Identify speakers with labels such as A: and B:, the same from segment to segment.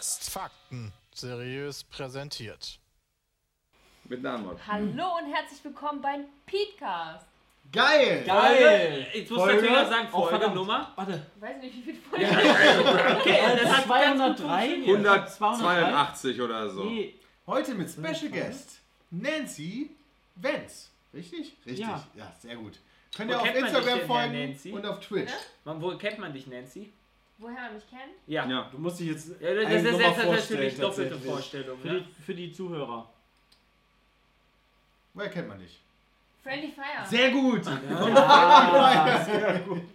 A: Fakten seriös präsentiert.
B: Mit Namen.
C: Hallo und herzlich willkommen beim Petecast.
D: Geil!
E: Geil!
F: Ich muss
E: Folge-
F: natürlich noch sagen,
E: Oh,
F: Folge,
E: verdammt.
F: Nummer.
E: Warte,
C: Ich weiß nicht, wie viel Folgen. Ja.
F: Okay, das hat ganz gut
E: 203?
F: funktioniert.
B: 182 oder so.
E: nee,
D: Heute mit Special Guest Nancy Vance. Richtig? Richtig.
E: Ja.
D: Ja, sehr gut. Könnt
F: Wo
D: ihr auf
F: kennt man dich
D: Instagram
F: denn,
D: folgen
F: Herr Nancy?
D: und auf Twitch.
F: Man, wo kennt man dich, Nancy?
C: Woher man mich kennt?
F: Ja.
B: Ja.
D: Du musst dich jetzt.
F: Ja, das
D: Eine
F: ist
D: Nummer
F: jetzt
D: vorstellen,
F: natürlich doppelte
D: tatsächlich.
F: Vorstellung.
E: für,
F: Ne?
E: die, für die Zuhörer.
D: Woher kennt man dich?
C: Friendly Fire.
D: Sehr gut!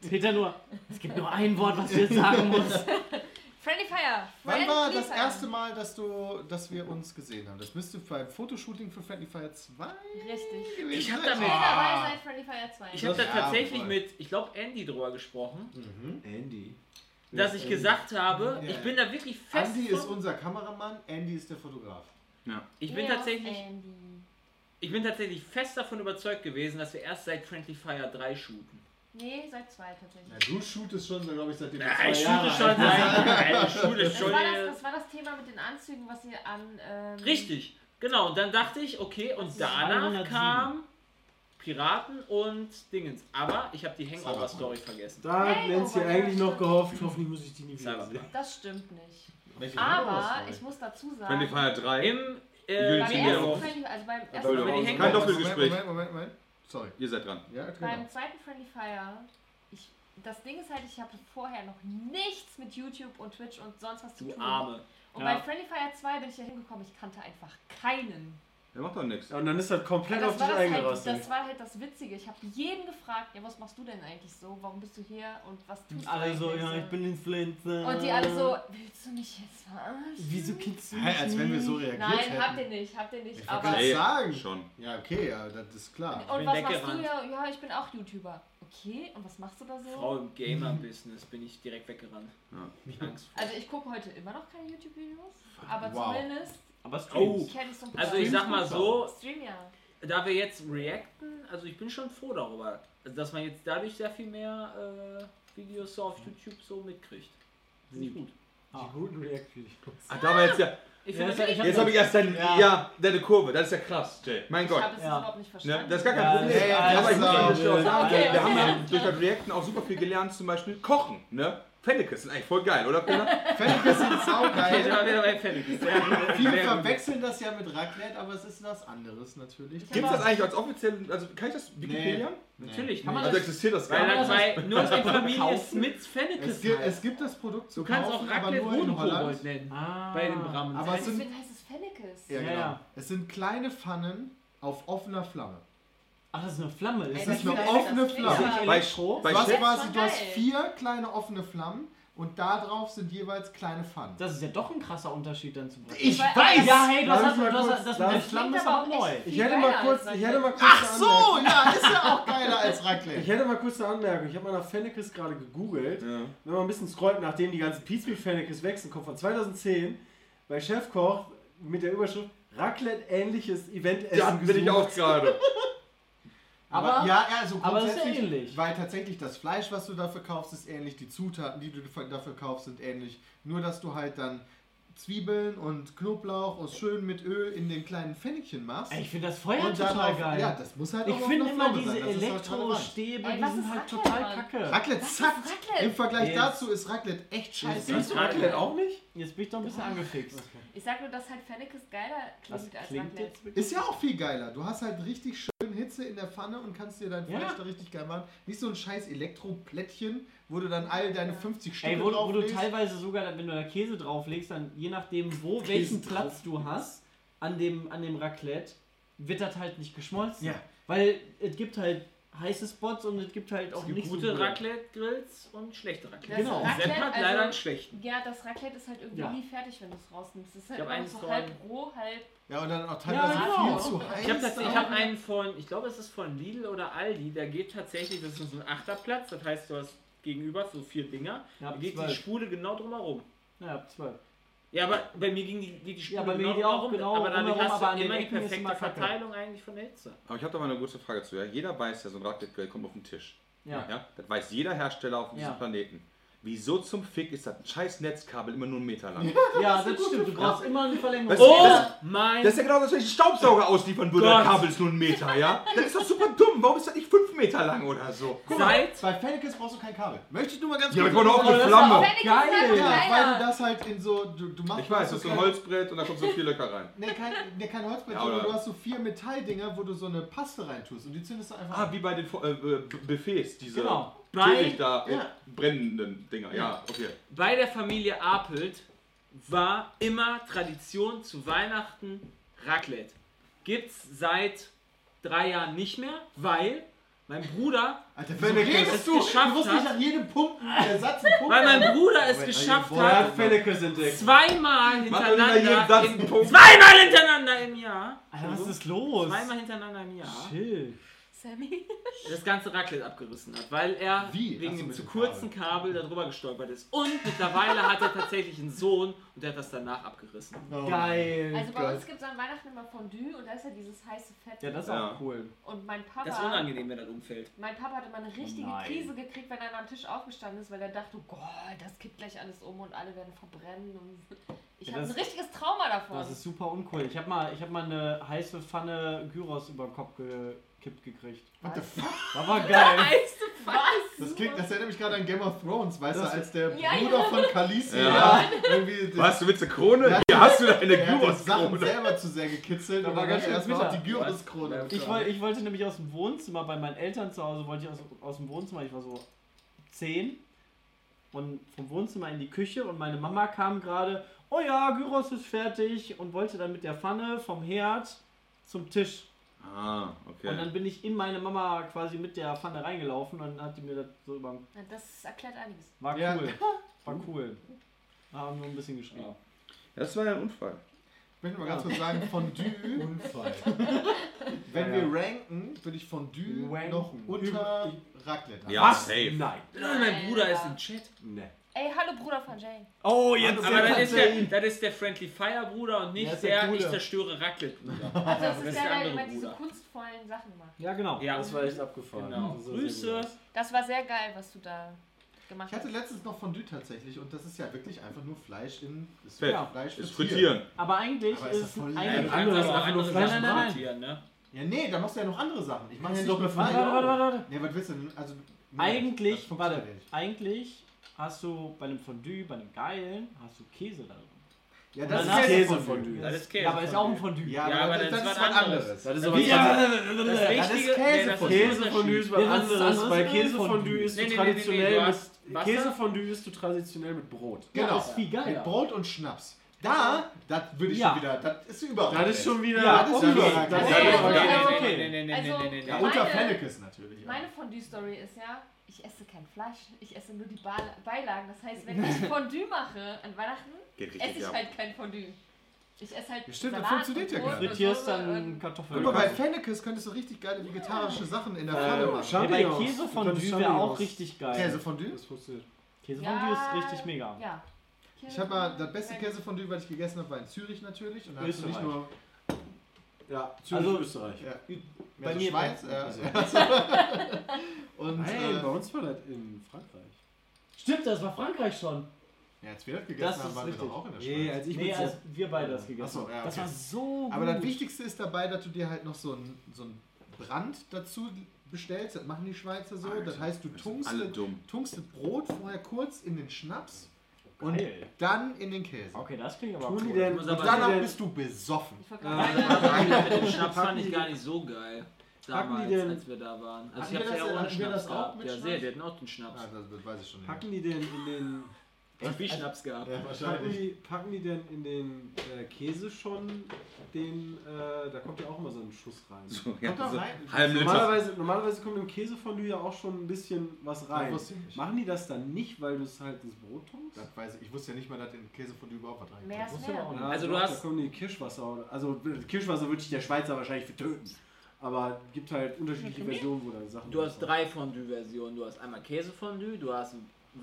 E: Peter nur, es gibt nur ein Wort, was du jetzt sagen musst.
C: Friendly Fire.
D: Wann war das
C: Fire.
D: erste Mal, dass, du, dass wir uns gesehen haben? Das müsste beim Fotoshooting für Friendly Fire 2
C: Richtig.
D: gewesen
F: Ich hab
D: sein.
F: damit-
C: Ich bin dabei seit Friendly Fire 2.
F: Ich habe da
D: Das- ja,
F: tatsächlich
D: voll.
F: mit, ich glaube, Andy drüber gesprochen,
B: Andy.
F: dass ich gesagt habe,
D: Ja.
F: ich bin da wirklich fest.
D: Ah. Andy ist
F: von-
D: unser Kameramann, Andy ist der Fotograf.
F: ich bin
C: Ja,
F: tatsächlich,
C: Andy.
F: ich bin tatsächlich fest davon überzeugt gewesen, dass wir erst seit Friendly Fire 3 shooten.
C: Nee, seit zwei tatsächlich. Also
D: Na, du shootest schon, glaube ich, seitdem du
F: Ja,
D: zwei
F: ich shoote
D: Jahre alt
F: schon seit, Nein, ich shoote
C: Das war
F: schon.
C: das, das war das Thema mit den Anzügen, was ihr an. Ähm,
F: Richtig, genau. Und dann dachte ich, okay, und danach
E: 207.
F: kam Piraten und Dingens. Aber ich habe die Hangover-Story vergessen.
G: Da hat
C: Hey,
G: Nancy
C: oh mein
G: eigentlich
C: Gott.
G: noch gehofft, hoffentlich muss ich die nie wieder sehen.
F: Cyberpunk.
C: Das stimmt nicht.
D: Welche
C: Aber
D: Kameramann?
C: ich muss dazu sagen.
B: Friendly Fire 3.
F: Im, äh,
B: Juli
C: beim
B: Friendly
C: ersten
B: Fire.
C: Friendly, also beim ersten
B: Doppel-
C: Friendly
F: Doppel-
C: Fire-
B: Kein Doppelgespräch.
D: Moment, Moment, Moment, Moment. Sorry.
B: Ihr seid dran.
D: Ja, genau.
C: Beim zweiten Friendly Fire, ich, das Ding ist halt, ich habe vorher noch nichts mit YouTube und Twitch und sonst was zu
F: Du
C: tun.
F: Arme.
C: Und
E: Ja.
C: bei Friendly Fire 2 bin ich ja hingekommen, ich kannte einfach keinen.
B: Der macht doch nichts.
G: Ja, und dann ist das komplett
C: Das
G: auf
C: war
G: dich
C: das, halt,
G: eingerastet.
C: das war halt das Witzige. Ich habe jeden gefragt, ja, was machst du denn eigentlich so? Warum bist du hier und was tust du
E: Alle so,
C: eigentlich
E: ja, ich bin äh, Influencer.
C: Und die alle so, willst du mich jetzt verarschen?
E: Wieso kennst du mich?
D: Hä, als wenn wir so reagiert hätten.
C: Nein, habt ihr nicht, habt ihr nicht.
D: Ich
C: Aber
D: wollte
B: Nee,
D: sagen.
B: Schon.
D: Ja, okay, ja, das ist klar.
C: und
F: bin
C: was machst du?
F: weggerannt.
C: Ja, ja, ich bin auch YouTuber. Okay, und was machst du da so?
F: Frau im Gamer-Business bin ich direkt weggerannt.
B: Ja.
F: Ich hab Angst.
C: Also ich gucke heute immer noch keine YouTube-Videos, aber
D: Wow.
C: zumindest
E: Aber
F: Oh,
E: Streams.
C: kenne ich so ein paar.
F: also ich sag mal so,
C: Stream ja.
F: da wir jetzt reacten, also ich bin schon froh darüber, also dass man jetzt dadurch sehr viel mehr äh, Videos so auf YouTube so mitkriegt. Finde ich gut.
E: Ah.
G: Die guten React-Videos.
B: Ach, da war jetzt ja.
F: Ich
E: Ja,
F: finde
E: das-
F: das
E: ich hab-
B: Jetzt habe ich erst deine,
E: Ja.
B: ja. deine Kurve. Das ist ja krass, Jay. Mein
C: Ich
B: Gott.
C: habe es
E: Ja.
C: überhaupt nicht
B: Ne,
C: verstanden.
B: das ist gar kein
E: Ja,
B: Problem.
D: ja, ja,
B: aber ich muss
D: das
B: auch
D: ist
B: nicht
D: auch-
B: sagen,
C: Okay, okay.
B: wir haben ja durch das Reacten auch super viel gelernt, zum Beispiel Kochen. Ne? Fennekes sind eigentlich voll geil, oder? Peter?
D: Fennekes sind
F: Ich
D: saugeil.
F: war wieder bei Felix. Sehr gut.
D: Viele
B: Sehr gut.
D: verwechseln das ja mit Raclette, aber es ist was anderes natürlich.
B: Gibt's das eigentlich als offiziell, also kann ich das Wikipedia?
F: Natürlich.
D: Kann man
B: Also existiert das
F: Weil
B: gar
F: das
B: nicht.
F: bei nur in der Familie
E: Kaufen?
F: Smiths Fennekes
D: Es gibt,
F: heißt.
D: es gibt das Produkt zu
F: halt- Du kannst
D: kaufen,
F: auch
D: aber
F: Raclette
D: nur
F: ohne
D: in Holland.
F: Kobold nennen.
E: Ah.
F: Bei dem Rahmen.
D: Aber es sind,
C: Deswegen heißt es Fennekes.
D: ja,
E: Ja,
D: genau.
E: ja.
D: es sind kleine Pfannen auf offener Flamme.
E: Ach, das ist eine Flamme.
C: Ey,
E: Das
D: Es
C: das
E: ist
D: ist eine
C: geil,
D: offene
C: das klingt halt
D: Flamme.
B: aber-
E: nicht
B: Bei-
E: Elektro.
B: Bei
D: Du hast
C: Chef-
D: quasi du hast
C: Geil.
D: vier kleine offene Flammen und da drauf sind jeweils kleine Pfannen.
E: Das ist ja doch ein krasser Unterschied dann zu Bremen.
D: Ich
C: Weil-
D: weiß!
E: Ja, hey, du
D: Lass
E: hast, halt-
D: mich mal
E: du
D: kurz-
E: hast
D: lass-
E: das mit den Flammen ist
C: Klingt aber
E: aber
C: auch
E: neu.
C: echt
G: Ich
C: viel
G: hätte mal
C: geiler
G: kurz,
C: als
G: ich hätte mal kurz
D: Ach
G: eine
D: so,
G: Anmerkung.
D: ja, ist ja auch geiler als Raclette.
G: Ich hätte mal kurz eine Anmerkung. Ich habe mal nach Fennekes gerade gegoogelt. Wenn man ein bisschen scrollt, nachdem die ganzen Pizza mit Fennekes wechseln, kommt von 2010 bei Chefkoch mit der Überschrift Raclette-ähnliches Eventessen
B: Ja, bin ich auch gerade.
D: Aber,
E: Aber-
D: ja, ja, also
E: aber es ist ja
D: grundsätzlich,
E: ähnlich.
D: Weil tatsächlich das Fleisch, was du dafür kaufst, ist ähnlich. Die Zutaten, die du daf- dafür kaufst, sind ähnlich. Nur, dass du halt dann Zwiebeln und Knoblauch aus schön mit Öl in den kleinen Pfännchen machst.
E: Ey, ich finde das Feuer
D: und
E: total
D: darauf-
E: geil.
D: Ja, das muss halt
E: ich
D: auch auf
E: finde
D: einer
E: immer
D: Flamme
E: diese
D: sein. Das ist halt relevant.
E: Elektrostäbe,
C: Ey,
E: die
C: was
E: sind
C: ist
E: halt
C: Raclette,
E: total
C: Mann?
E: kacke.
D: Raclette zackt.
C: Raclette?
D: Im Vergleich
E: Yes.
D: dazu ist Raclette echt scheiße.
F: Yes.
G: Siehst du Raclette auch nicht?
E: Jetzt bin ich doch ein bisschen angefixt.
C: Ich sag nur, dass halt Fennekes geiler
E: Das
C: klingt als
E: klingt
C: Raclette.
E: jetzt wirklich.
D: Ist ja auch viel geiler. Du hast halt richtig schön Hitze in der Pfanne und kannst dir dein
E: Ja.
D: Fleisch da richtig geil machen. Nicht so ein scheiß Elektroplättchen, wo du dann all deine 50 Stück
E: Ey, wo, wo du teilweise sogar, wenn du da Käse drauflegst, dann je nachdem, wo, welchen Platz du hast, an dem, an dem Raclette, wird das halt nicht geschmolzen.
D: Ja.
E: Weil es gibt halt heiße Spots und es gibt halt auch
D: gibt
E: nicht so
F: Gute Raclette-Grills und schlechte
C: Das
F: Raclette.
E: Genau.
C: Raclette,
F: Sepp hat
C: also-
F: leider einen schlechten.
C: Ja, das Raclette ist halt irgendwie
E: Ja.
C: nie fertig, wenn du es rausnimmst. Es ist
F: Ich
C: halt
F: hab
C: immer
F: einen
C: so
F: von-
C: halb roh, halb.
D: Ja, und dann auch teilweise
E: Ja, genau.
D: viel zu heiß.
F: Ich habe
D: auch.
F: hab einen von, ich glaube, es ist von Lidl oder Aldi, da geht tatsächlich, das ist so ein Achterplatz, das heißt, du hast gegenüber so vier Dinger,
E: Ja,
F: da geht die
E: zwölf.
F: Spule genau drumherum.
E: Ja, ab 12.
F: Ja, aber bei mir ging die, geht die Spule
E: Ja, bei mir
F: genau
E: geht die auch
F: drumherum,
E: genau
F: aber damit
E: drumherum,
F: hast du
E: aber an den
F: immer die
E: Ecken ist
F: perfekte
E: immer Kacke.
F: Verteilung eigentlich von der Hitze.
B: Aber ich habe da mal eine gute Frage zu. Ja? Jeder weiß ja, so ein Raclette-Grill kommt auf den Tisch.
E: Ja.
B: Ja? Das weiß jeder Hersteller auf diesem
E: Ja.
B: Planeten. Wieso zum Fick ist das scheiß Netzkabel immer nur einen Meter lang?
E: Ja, das stimmt. Du brauchst immer eine Verlängerung.
B: Weißt du,
F: Oh
B: das-
F: mein
B: Das ist ja genau das, was ich einen Staubsauger ausliefern würde.
F: Gott.
B: Das Kabel ist nur ein Meter, ja? Das ist doch super dumm. Warum ist das nicht fünf Meter lang oder so?
F: Guck mal. Seit
D: Bei Fennekes brauchst du kein Kabel. Möchte ich nur mal ganz
B: Ja, aber
D: kurz
B: ich wollte auch
D: sagen.
B: eine
E: das
B: Flamme.
C: Fennekes
E: Geil.
C: ist halt einfach
E: Ja,
D: Ja, weil du
C: kleiner.
D: das halt in so. Du, du machst
B: Ich weiß, das
D: so
B: ist ein
D: kleine-
B: Holzbrett und da kommt so vier Löcher rein.
D: Nee, kein, nee, kein Holzbrett,
B: Ja,
D: sondern
B: oder-
D: du hast so vier Metalldinger, wo du so eine Paste reintust und die zündest du einfach
B: Ah,
D: an.
B: wie bei den Vo- äh, B- Buffets, diese
E: Genau.
B: täglich
F: bei,
B: da äh,
D: Ja.
B: brennenden Dinger. Ja, okay.
F: bei der Familie Apelt war immer Tradition zu Weihnachten Raclette. Gibt's seit drei Jahren nicht mehr, weil mein Bruder,
D: Alter, wieso
G: Fennekes.
D: redest
F: Es
D: du? Du
F: geschafft
D: musst
F: hat.
D: nicht an jedem Punkt einen Satz einen Punkt
F: weil
D: haben.
F: mein Bruder es
D: Moment, also
F: geschafft
D: Moment, Moment.
F: hat,
G: hat Fennekes entdeckt.
F: zweimal
B: Mach doch nicht jeden
F: hintereinander,
B: Satz
F: in,
B: einen Punkt.
F: zweimal hintereinander im Jahr,
E: Alter, was ist los?
F: zweimal hintereinander im Jahr,
E: Chill.
C: Sammy.
F: das ganze Raclette abgerissen hat, weil er
D: Wie? Ach
F: wegen
D: so,
F: dem
D: mit
F: zu
D: dem
F: kurzen Kabel darüber gestolpert ist. Und mittlerweile hat er tatsächlich einen Sohn und der hat das danach abgerissen.
D: Oh.
E: Geil.
C: Also bei uns gibt es an Weihnachten immer Fondue und da ist ja dieses heiße Fett.
E: ja, das ist
B: Ja.
E: auch cool.
C: und mein Papa.
F: Das ist unangenehm, wenn das umfällt.
C: Mein Papa hat immer eine richtige
E: Nein.
C: Krise gekriegt, wenn er am Tisch aufgestanden ist, weil er dachte, oh Gott, das kippt gleich alles um und alle werden verbrennen. Und ich
E: Ja,
C: hatte ein
E: das-
C: richtiges Trauma davon.
E: Das ist super uncool. Ich habe mal, ich hab mal eine heiße Pfanne Gyros über den Kopf gekippt gekriegt.
D: What the fuck?
E: Das war geil.
C: Was?
D: Das klingt, das erinnert mich gerade an Game of Thrones, weißt du,
E: Das-
D: als der
C: Ja,
D: Bruder von Khaleesi
B: Ja.
D: ja, irgendwie
B: Was, du willst eine Krone?
D: Ja.
B: Hier hast du deine
D: Er hat die Sachen
B: Gyros-Krone.
D: selber zu sehr gekitzelt,
E: Da
D: aber
E: war
D: ganz
E: ganz schön
D: erstmal auf
E: bitter.
D: die Gyros-Krone.
E: Ich, woll, ich wollte nämlich aus dem Wohnzimmer, bei meinen Eltern zu Hause, wollte ich aus, aus dem Wohnzimmer, ich war so zehn, und vom Wohnzimmer in die Küche und meine Mama kam gerade, oh ja, Gyros ist fertig und wollte dann mit der Pfanne vom Herd zum Tisch.
B: Ah,
E: Und dann
B: okay.
E: bin ich in meine Mama quasi mit der Pfanne reingelaufen und dann hat die mir das so über...
C: Na, das erklärt einiges.
E: War
D: Ja.
E: cool. War cool. Da haben nur ein bisschen geschrieben.
B: Das war ja ein Unfall.
D: Ich möchte mal ganz kurz sagen, Fondue,
G: Unfall.
D: wenn
G: Ja, ja.
D: wir ranken, würde ich Fondue
E: Ranken.
D: noch unter Raclette haben.
B: Ja, safe.
G: Nein.
F: Mein Bruder ist im Chat.
G: Nee.
C: Ey, hallo Bruder von Jane.
E: Oh, jetzt,
F: Aber das
E: jetzt hat's
F: ist, der, das ist der Friendly Fire Bruder und nicht
E: Der ist der
F: der,
E: Coole.
F: Ich zerstöre Raclette Bruder.
C: Also das
F: das
C: ist
F: ist
C: der,
F: der
C: der
F: andere
C: immer diese
F: Bruder.
C: kunstvollen Sachen macht.
E: Ja, genau.
F: Ja,
G: Das war echt abgefahren.
F: genau.
G: Das sah sehr
F: Grüße.
G: gut aus.
C: Das war sehr geil, was du da gemacht
D: Ich hatte
C: hast.
D: letztens noch Fondue tatsächlich und das ist ja wirklich einfach nur Fleisch in ist
B: Fett.
D: Fleisch
B: Ist
D: frittiert.
B: frittieren.
E: Aber eigentlich
D: Aber ist das
E: ist,
D: voll
F: Ja,
E: eigentlich
F: du
E: Warte,
G: lecker.
F: kannst auch noch
G: Andere-
F: andere
G: andere
F: Sachen
E: Sachen
F: markieren, ne?
D: Ja, nee, da machst du ja noch andere Sachen. Ich mache ja
G: Kannst
D: einen
G: du nicht
D: Doppelfall.
E: warte,
G: machen.
E: warte.
D: Nee, was willst du denn? Also, nee, das
E: Eigentlich,
D: funktioniert
E: warte,
D: nicht.
E: eigentlich hast du bei einem Fondue, bei einem geilen, hast du Käse da drin.
D: Ja,
E: Und
D: das
E: danach
D: ist jetzt
G: Käse
D: ein
G: Fondue.
D: Fondue.
F: Das ist Käse.
E: Ja, aber ist auch ein Fondue.
D: Ja,
F: Ja,
D: aber
F: aber
D: das,
F: das
D: das
F: ist
D: ist
F: was
D: was anderes.
G: Das ist aber
F: Das
E: Ja.
D: das ist
F: Wichtige-
D: Käse
F: nee, das
D: von-
F: ist ein
G: Käsefondue
F: Unterschied.
G: ist was
E: Ja, das ist
G: anderes,
E: anderes
G: weil
E: Fondue.
G: Käsefondue isst
F: Nee,
G: du
F: nee, nee, nee,
G: traditionell
F: nee, du hast
G: mit
F: Wasser.
G: Käsefondue isst du traditionell mit Brot.
D: Genau.
E: Ist viel geiler.
D: Mit Brot und Schnaps. Da, das würde ich
E: Ja.
D: schon wieder, das ist überall.
G: Das ist schon wieder
E: Ja,
D: das ist
G: okay.
D: überragend.
G: Das ist
C: Ja,
F: Nee,
C: ja,
G: überragend.
C: ja,
F: nee,
E: okay.
F: nee, nee, nee, nee,
C: Also-
F: nee, nee, nee.
D: Ja, unter
C: Meine-
D: Fennekes natürlich.
C: Meine Fondue-Story ist ja, ich esse kein Fleisch, ich esse nur die Ba- Beilagen. Das heißt, wenn ich Fondue mache an Weihnachten,
B: Geht
C: esse
B: richtig
C: ich
B: ab.
C: halt kein Fondue. Ich esse halt
D: Ja, stimmt, das
C: Salat
D: funktioniert
C: und
D: ja gar nicht.
C: Brot und ähm,
E: Frittierst
C: Soße
E: dann
C: und-
E: Kartoffeln.
D: Guck mal, bei Fennekes könntest du richtig geile vegetarische Sachen in der Pfanne
G: Äh,
D: machen.
E: Nee, bei
G: Champignons. Du
E: Käsefondue
G: könntest
E: wäre auch
G: Champignons.
E: richtig geil.
D: Käsefondue?
G: Das funktioniert.
E: Käsefondue ist richtig mega.
C: Ja.
D: Ich habe mal das beste Käsefondue, was ich gegessen habe, war in Zürich natürlich. Und da hast du nicht
G: Österreich.
D: nur
G: Ja, Zürich,
E: Also-
G: Österreich.
D: ja,
E: Bei
D: also
E: mir-
D: Schweiz. Äh, Also,
G: Also-
D: und
G: Nein, bei
D: äh,
G: uns war das in Frankreich.
E: Stimmt, das war Frankreich schon.
D: ja, als wir das gegessen
E: Das
D: haben,
E: ist
D: waren wir
E: richtig.
D: doch auch in der Schweiz.
G: Nee, als ich
E: nee, also,
G: mit
E: als wir beide das gegessen
D: Ach so, ja,
E: Das
D: okay.
E: war so gut.
D: Aber das Wichtigste ist dabei, dass du dir halt noch so ein, so ein Brand dazu bestellst. Das machen die Schweizer so. Das heißt, du
B: Das sind
D: tunkst,
B: alle
D: das-
B: dumm.
D: tunkst das Brot vorher kurz in den Schnaps und
E: Geil.
D: dann in den Käse.
E: Okay, das klingt aber
G: Tun die
E: cool.
G: denn-
F: Muss
D: Und
F: aber
D: danach
G: die denn-
D: bist du besoffen.
C: Ich wollte
D: Ah.
C: gerade sagen,
F: Ja, mit dem Schnaps fand ich gar nicht so geil.
G: Packen die
F: Damals,
G: denn-
F: als wir da waren. Also
D: Hatten
F: ich
D: wir
F: hab's
D: das-
F: ja ohne
D: hatten wir das
F: Schnaps
D: auch
F: gehabt.
D: mit
F: Ja,
D: Schnaps?
F: sehr, wir hatten auch den Schnaps.
D: Ah, das das weiß ich schon nicht.
G: Packen die denn in den.
F: Ich hab viel Schnaps gehabt.
D: Ja,
G: Packen
D: wahrscheinlich.
G: die, packen die denn in den äh, Käse schon den. Äh, da kommt ja auch immer so ein Schuss rein.
B: So, ja,
D: Kommt doch
B: so
D: rein.
B: halben Liter.
G: Normalerweise, normalerweise kommt im Käsefondue ja auch schon ein bisschen was rein.
D: Das wusste ich nicht.
G: Machen die das dann nicht, weil du es halt ins Brot tunkst?
D: Das weiß ich. ich wusste ja nicht mal, dass in Käsefondue überhaupt was rein
C: Mehr
D: kommt.
C: ist
E: Wusste aber auch
C: mehr.
E: nicht.
G: Ja,
F: Also du
G: doch,
F: hast-
G: Da kommen die Kirschwasser. oder- Also Kirschwasser würde ich der Schweizer wahrscheinlich für töten. Aber es gibt halt unterschiedliche Versionen, wo da Sachen
F: Du hast
G: reinkommen.
F: drei Fondue-Versionen. Du hast einmal Käsefondue, du hast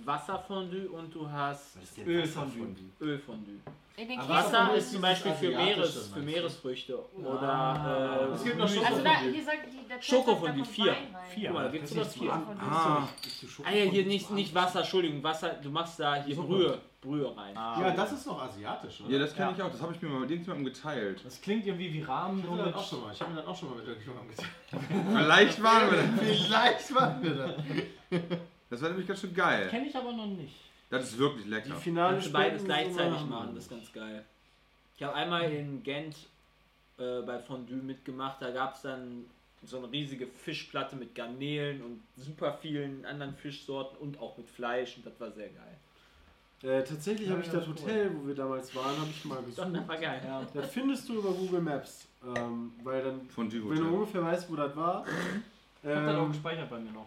F: Wasserfondue und du hast
G: Was ist denn
E: Ölfondue.
G: Wasserfondue?
F: Ölfondue.
C: In den Käse.
G: Aber
C: Also
F: Wasser
G: Wasserfondue
F: ist zum Beispiel für,
G: Asiatische,
F: Meeres,
G: meinst
F: für
G: du?
F: Meeresfrüchte
E: Ah.
F: oder äh,
G: Es gibt noch
F: Gemüse.
C: Also da,
G: Schokofondue.
C: hier sagt die der
F: Schokofondue,
C: Chat sagt, da
F: vier.
C: kommt Wein rein.
F: Guck mal, da gibt es sogar vier.
C: Schokofondue.
B: Ah,
F: Ah ja, hier nicht, nicht Wasser, Entschuldigung, Wasser, du machst da hier Brühe, Brühe rein.
D: Ah. Ja, das ist noch asiatisch, oder?
B: ja, das kenne
E: Ja.
B: ich auch. Das habe ich mir mal mit irgendjemandem geteilt.
E: Das klingt irgendwie wie Rahmen.
D: Ich
E: nur
D: hatte das
E: mit-
D: auch schon mal. Ich habe mir das auch schon mal mit irgendjemandem getan.
B: Vielleicht waren wir da.
D: Vielleicht waren wir da.
B: Das war nämlich ganz schön geil.
E: Kenn ich aber noch nicht.
B: Das ist wirklich
G: Die
B: lecker.
G: finale
F: Kannst du beides
G: Spenden sind
F: gleichzeitig
G: immer-
F: machen, das ist ganz geil. Ich habe einmal in Gent äh, bei Fondue mitgemacht, da gab es dann so eine riesige Fischplatte mit Garnelen und super vielen anderen Fischsorten und auch mit Fleisch und das war sehr geil.
G: Äh, tatsächlich habe ich das Hotel, wo wir damals waren, habe ich mal
F: Doch, das
G: gesucht.
F: war geil.
E: Ja.
G: Das findest du über Google Maps. Ähm, weil dann,
B: Von
G: wenn du
B: Hotel.
G: ungefähr weißt, wo das war.
E: Ich hab das auch
G: Ähm,
E: gespeichert bei mir noch.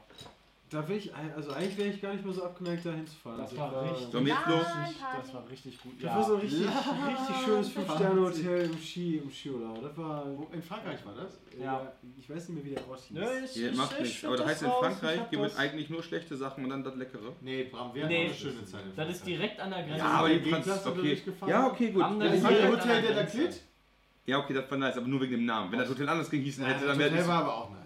G: da will ich, ein- also eigentlich wäre ich gar nicht mal so abgeneigt, da hinzufahren.
E: Das
G: Also
E: war richtig-
B: Sollen wir jetzt los?
C: Nein,
E: Das
C: Party.
E: war richtig gut.
G: Das war so ein richtig, richtig schönes
D: Wahnsinn.
G: 5-Sterne-Hotel im Ski, im Skiurlaub. Das war. äh,
D: Wo- In Frankreich war das?
E: Ja.
G: Ich weiß nicht mehr, wie der Ort hieß.
E: Nö, ich,
B: Hier,
E: Ne, ich,
B: macht
E: ich
B: nichts.
E: find
B: Aber das heißt, in
E: raus,
B: Frankreich
E: ich
B: gibt es
E: das,
B: eigentlich nur schlechte Sachen und dann das Leckere.
D: Nee, Bram, wir hatten
E: Nee.
D: auch eine schöne Zeit. in
E: das ist
D: Frankreich.
E: direkt an der Grenze.
B: Ja, aber die
G: die
B: Franz
G: Klasse
B: okay.
G: dadurch gefahren?
B: Ja, okay, gut.
E: Haben
B: Das
E: dann
B: ist
D: Das
E: direkt
D: ist
B: halt-
E: an
D: Hotel
E: der
D: der
E: Grenze.
D: Laclette?
B: ja, okay, das war nice, aber nur wegen dem Namen. Wenn das Hotel anders gehießen hätte, dann
D: Das
B: wäre
D: Hotel
B: das.
D: war aber auch nice.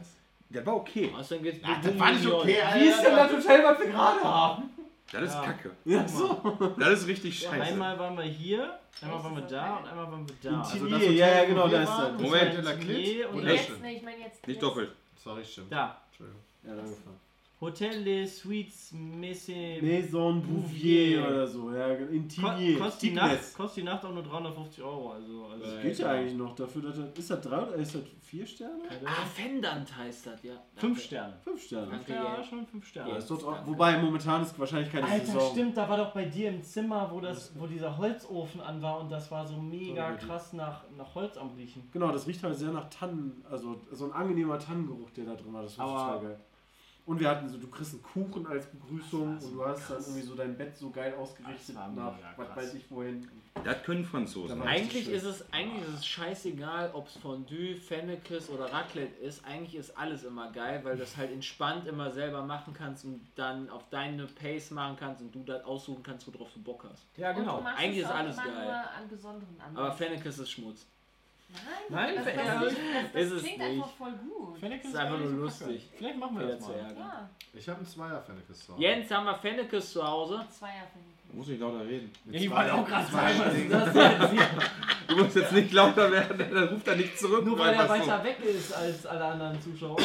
B: Der war okay.
F: Außerdem geht's
D: Ja, das war nicht okay, Alter.
G: Wie ist denn das Hotel, was wir gerade haben?
B: Das ist Kacke.
G: Ja, so.
B: Das ist richtig scheiße.
E: Einmal waren wir hier, einmal waren wir da und einmal waren wir da.
G: Also
D: Also
G: Tignes.
D: das
G: Nee,
D: Hotel,
G: ja, ja,
D: wo
G: genau,
D: wir
G: da ist
D: waren,
G: das.
D: und
B: Moment.
D: Hotel de la
E: Nee,
D: Clique,
E: und
D: wunderschön.
C: Jetzt, nee, ich meine jetzt.
B: Nicht
C: jetzt.
B: doppelt.
D: Sorry, stimmt.
E: da.
D: Entschuldigung.
G: Ja, da gefahren.
E: Hotel des Suites Messe.
G: Maison Bouvier oder so. Ja, genau. in Tignes.
E: Ko kostet, die Nacht,
G: Tignes.
E: kostet die Nacht auch nur 350 Euro. Also, also
B: Äh,
G: Das geht ja eigentlich noch dafür, dass das, ist das drei oder ist das vier Sterne?
F: Ah, Fendant heißt das, ja.
E: Fünf Sterne.
G: Fünf Sterne.
F: Danke.
E: Ja, schon fünf Sterne.
G: Ja, ist doch auch, wobei momentan ist wahrscheinlich keine
E: Alter,
G: Saison.
E: stimmt, da war doch bei dir im Zimmer, wo, das, wo dieser Holzofen an war und das war so mega krass nach, nach Holz am Riechen.
G: Genau, das riecht halt sehr nach Tannen, also so ein angenehmer Tannengeruch, der da drin war. Das war
E: Aber-
G: total geil. Und wir hatten so, du kriegst einen Kuchen als Begrüßung und du hast dann irgendwie so dein Bett so geil
E: Das
G: ausgerichtet
E: war mega
G: nach,
E: krass.
G: was weiß ich wohin.
B: Das können Franzosen.
G: Dann-
F: Eigentlich
G: Richtig
F: ist, es, eigentlich ist es scheißegal, ob es Fondue, Fennekes oder Raclette ist. Eigentlich ist alles immer geil, weil du es halt entspannt immer selber machen kannst und dann auf deine Pace machen kannst und du dann aussuchen kannst, worauf du Bock hast.
E: Ja, genau.
C: Und du machst
F: genau. Eigentlich
C: es
F: ist
C: auch
F: alles
C: immer
F: geil.
C: Nur an besonderen
F: Aber
C: Anlässen.
F: Fennekes ist Schmutz.
C: Nein,
E: Nein,
C: das, das,
E: verehrlich
C: das,
F: ist
C: das
F: es
C: klingt
F: nicht.
C: einfach voll gut.
E: Fennec
F: ist einfach
E: gar
F: nur
E: nicht so kacke.
F: lustig.
E: Vielleicht machen wir
F: Fehler
E: das
F: zu
E: mal.
F: ärgern.
C: Ja,
D: Ich habe einen zweier Fennekes zu Hause.
F: Jens, haben wir Fennekes zu Hause?
C: zwei Erfindungen.
B: Muss ich lauter reden.
E: Ja, ich wollte auch gerade sagen, was ist
D: Zwei
E: das jetzt?
B: Du musst jetzt nicht lauter werden, dann ruft er nicht zurück.
E: Nur weil er
B: Einfach so.
E: weiter weg ist als alle anderen Zuschauer.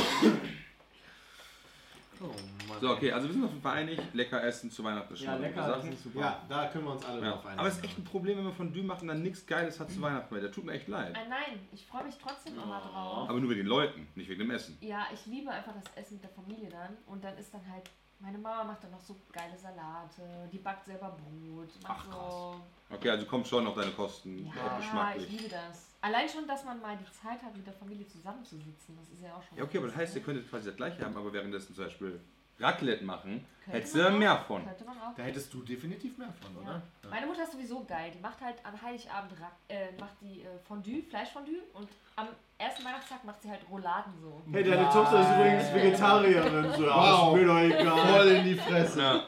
D: Oh Mann.
B: So, okay, also wir sind auf jeden Fall einig, lecker essen zu Weihnachten ist schon
E: Ja,
B: mal eine
E: lecker,
B: gute
E: das
B: Sache.
E: ist super.
D: Ja, da können wir uns alle
B: Ja.
D: drauf einigen.
B: Aber es ist echt ein Problem, wenn man Fondue macht und dann nichts Geiles hat zu Weihnachten mehr. Das tut mir echt leid.
C: Ah, nein, ich freue mich trotzdem immer
F: Oh.
C: drauf.
B: Aber nur wegen den Leuten, nicht wegen dem Essen.
C: Ja, ich liebe einfach das Essen mit der Familie dann. Und dann ist dann halt, meine Mama macht dann noch so geile Salate, die backt selber Brot. Macht
E: Ach,
C: so,
B: Okay, also kommt schon auf deine Kosten, auch
C: Ja, ich
B: geschmacklich.
C: liebe das. Allein schon, dass man mal die Zeit hat, mit der Familie zusammenzusitzen, das ist ja auch schon. ne?
B: Ja, okay, aber das heißt, ihr könntet quasi das gleiche haben, aber währenddessen zum Beispiel Raclette machen,
C: Könnte
B: hättest du
C: man
B: dann
C: auch.
B: mehr von.
C: Könnte man auch.
D: da hättest du definitiv mehr von,
C: Ja.
D: oder? Ja.
C: Meine Mutter ist sowieso geil. Die macht halt an Heiligabend Rack- äh, macht die äh, Fondue, Fleischfondue und am ersten Weihnachtstag macht sie halt Rouladen so.
G: Hey, deine Tochter ist übrigens Vegetarierin. So, wow.
D: Wow.
G: ist mir doch egal.
D: Voll in die Fresse.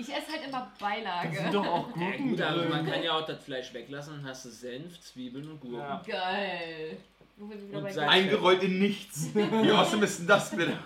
C: Ich esse halt immer
E: Das sind
C: Beilage.
E: doch auch
F: Ja,
E: Gurken
F: gut, aber man
E: drin.
F: kann ja auch das Fleisch weglassen, dann hast du Senf, Zwiebeln und Gurken.
E: Ja.
C: Geil. Wo wir wieder
F: Und
C: bei
F: Salz.
C: Geil-
B: Eingerollt in nichts. Wie awesome ist denn das bitte?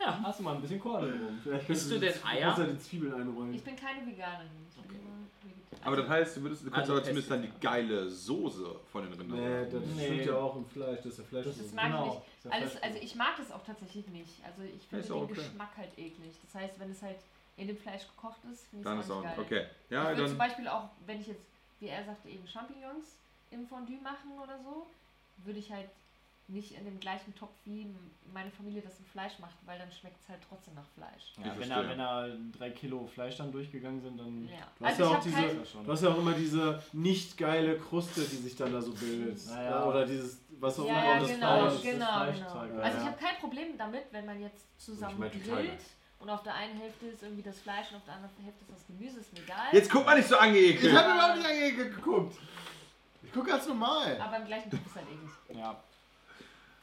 E: Hast du mal ein bisschen Korn rum.
G: Vielleicht
F: Bist
G: kannst
F: du denn
G: die-
F: Eier?
G: kannst du die Zwiebeln einrollen.
C: Ich bin keine Veganerin. Ich bin
F: Okay.
C: immer Vegetarier.
B: Aber das heißt, du, würdest, du kannst
F: Also
B: aber zumindest dann die
F: Pesto.
B: geile Soße von den Rindern.
G: Nee, das
E: Nee.
G: stimmt ja auch im Fleisch. Das ist ja Fleisch.
C: Das mag
E: Genau.
C: ich nicht. Alles, also ich mag das auch tatsächlich nicht. Also ich finde
B: ist
C: den
B: auch okay.
C: Geschmack halt eklig. Das heißt, wenn es halt in dem Fleisch gekocht ist, finde ich
B: Dann
C: es
B: ist
C: auch
B: auch
C: nicht geil.
B: okay.
C: ich
B: Ja,
C: würde
B: dann.
C: zum Beispiel auch, wenn ich jetzt, wie er sagte, eben Champignons im Fondue machen oder so, würde ich halt nicht in dem gleichen Topf wie m- meine Familie das im Fleisch macht, weil dann schmeckt es halt trotzdem nach Fleisch.
E: Ja,
B: Ich
E: wenn,
B: verstehe.
E: da, wenn da drei Kilo Fleisch dann durchgegangen sind, dann.
C: Ja. Also
G: Du hast ja
C: ich
G: auch
C: hab
G: diese-
C: kein-
G: Du hast ja auch immer diese nicht geile Kruste, die sich dann da so bildet.
E: Naja.
G: Ja, Oder dieses, was auch
C: Ja,
G: immer
C: ja,
G: das
C: genau,
G: Fleisch.
C: genau,
E: Fleischzeug,
G: genau.
E: ja.
C: Also ich
G: Ja.
C: habe kein Problem damit, wenn man jetzt zusammen
D: Ich mein, total
C: grillt
D: geil.
C: und auf der einen Hälfte ist irgendwie das Fleisch und auf der anderen Hälfte ist das Gemüse, ist mir egal.
B: Jetzt guck mal nicht so
D: Ich
B: angeekelt.
D: habe überhaupt nicht angeguckt. Ich gucke ganz normal.
C: eh aber im gleichen Topf ist halt eklig.
E: Ja.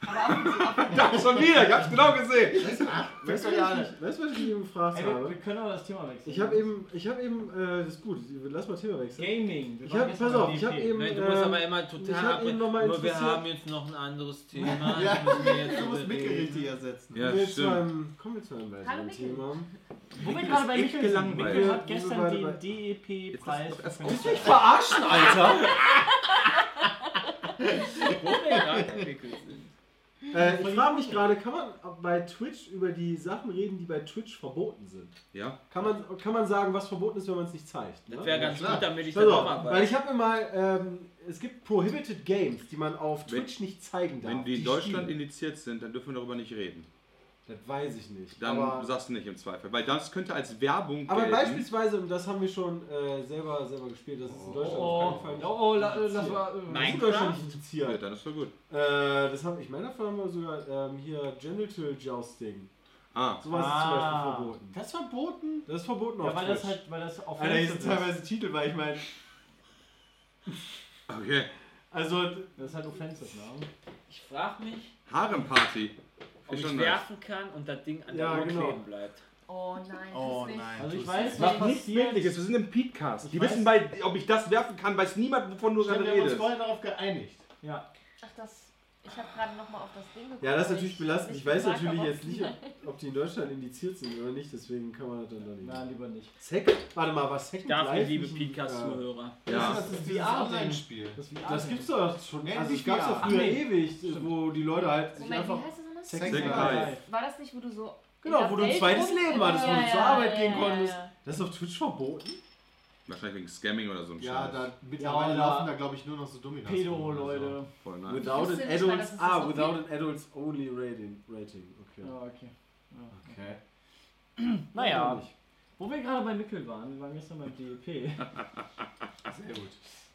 C: Aber auf dem, auf dem,
B: Ja, schon wieder, ich hab's genau gesehen.
D: Weißt
G: Weißt du,
D: du ja
G: was ich- weißt du, was ich eben gefragt
E: Ey, wir,
G: habe?
E: wir können aber das Thema wechseln.
G: Ich habe eben, ich habe eben, äh, das ist gut, lass mal Thema wechseln.
E: Gaming. Wir
G: Ich
E: waren
G: hab,
E: gestern E
G: pass auf,
E: beim
G: ich habe
E: DFB.
G: eben.
F: Nein, Ne, du musst
G: ähm,
F: aber immer total
G: ich hab ihn noch mal
F: abbrechen. Aber wir
G: interessiert.
F: haben jetzt noch ein anderes Thema.
D: Ja.
F: das müssen wir jetzt
D: Du musst
F: überreden.
D: Mickel richtig ersetzen.
B: Ja,
G: wir zu
B: stimmt.
G: einem, kommen wir zu einem
C: Hallo,
G: weiteren
C: Mickel.
G: Thema.
E: Wo wir gerade bei
B: echt
E: Mickel sind.
B: gelangweilt.
E: Mickel hat
G: Wir- wir beide bei-
E: gestern den E DEP-Preis.
B: Jetzt lass
E: für
B: doch erst
E: Fenster-
G: Verarschen, Alter!
F: Wo wir gerade entwickelt sind.
G: äh, ich frage mich gerade, kann man bei Twitch über die Sachen reden, die bei Twitch verboten sind?
B: Ja.
G: Kann man, kann man sagen, was verboten ist, wenn man es nicht zeigt?
F: Das wäre
G: ne?
F: ganz
D: klar.
F: gut, damit ich da
G: Pass
F: drauf
G: auf, weil
F: arbeite.
G: ich habe mir mal, ähm, es gibt Prohibited Games, die man auf
B: Wenn-
G: Twitch nicht zeigen darf.
B: Wenn die in Deutschland
G: spielen.
B: indiziert sind, dann dürfen wir darüber nicht reden.
G: Das weiß ich nicht.
B: Dann
G: aber,
B: sagst du nicht im Zweifel. Weil das könnte als Werbung
G: aber
B: gelten.
G: beispielsweise, und das haben wir schon äh, selber, selber gespielt, das ist in Deutschland
E: Oh,
G: auf
E: oh,
G: keinen Fall
E: oh, la- äh, das war. äh,
F: Nein.
G: nicht. Das ist in Deutschland nicht indiziert.
B: Ja, dann ist doch gut.
G: Äh, das haben, ich meine, davon haben wir sogar ähm, hier Genital Jousting.
B: Ah,
G: Sowas
E: Ah.
G: ist zum Beispiel verboten.
D: Das verboten?
G: Das ist verboten auf
E: Ja, weil
G: Twitch.
E: das halt, weil das auf
D: Alter, hier sind
E: Fenster ist.
D: teilweise Titel, weil ich meine,
B: okay.
D: also
E: Das ist halt offensive, ne?
F: Ich frage mich,
B: Haremparty.
F: ob
B: Ist
F: ich
B: schon nice.
F: werfen kann und das Ding an
G: Ja,
F: der Uhr
G: genau.
F: kleben bleibt.
C: oh nein,
D: Oh
C: das ist
D: nein.
E: Also ich
D: das-
E: weiß
B: Mach
E: was
B: nichts
E: passiert.
B: Mögliches, wir sind im Podcast. Die
E: weiß-
B: wissen, bei, ob ich das werfen kann, weiß niemand, wovon du
D: Ich glaub,
B: gerade
D: wir haben uns
B: redest.
D: vorher darauf geeinigt.
E: Ja.
C: nicht. Ach, das. Ich habe gerade nochmal auf das Ding geguckt.
G: ja, das ist
C: aber
G: natürlich belastend.
C: nicht
G: Ich weiß
C: gesagt
G: natürlich
C: habe,
G: jetzt nicht, ob- ob die in Deutschland indiziert sind oder nicht, deswegen kann man das dann da nicht.
E: Nein, lieber nicht.
G: Sek Warte mal, was Second
F: Dafür,
G: Life
F: liebe
G: nicht- Ja.
F: Pikachu-Hörer.
B: Ja.
D: Das ist
E: dieses
D: VR-Online-Spiel.
E: Das,
G: Das gibt's doch schon.
D: Nenn
G: Also,
D: dich
G: das gab's doch
D: VR.
G: früher
E: Ach, nee.
G: ewig, wo die Leute halt sich
C: Moment, wie
G: einfach.
C: heißt das nochmal?
D: Second
B: Second
D: Life.
B: Life.
C: War das nicht, wo du so.
G: Genau, wo du ein zweites Leben hattest, wo du zur Arbeit gehen konntest.
C: Ja,
G: Das ist auf Twitch verboten?
B: Wahrscheinlich wegen Scamming oder so ein
D: Ja,
B: Scheiß.
D: da mittlerweile
E: Ja,
D: laufen
E: oder-
D: da glaube ich nur noch so Dominos. rum Also, oder so.
E: Pedo-Leute.
B: Voll nice.
G: Without an
C: wusste nicht mal, dass
G: adults,
C: es das
G: ah,
C: noch
G: without an adults only rating, rating. okay.
E: Ja, okay. Ja.
D: Okay.
E: Naja, wo wir gerade bei Mickel waren, wir waren gestern beim DEP
D: Sehr gut.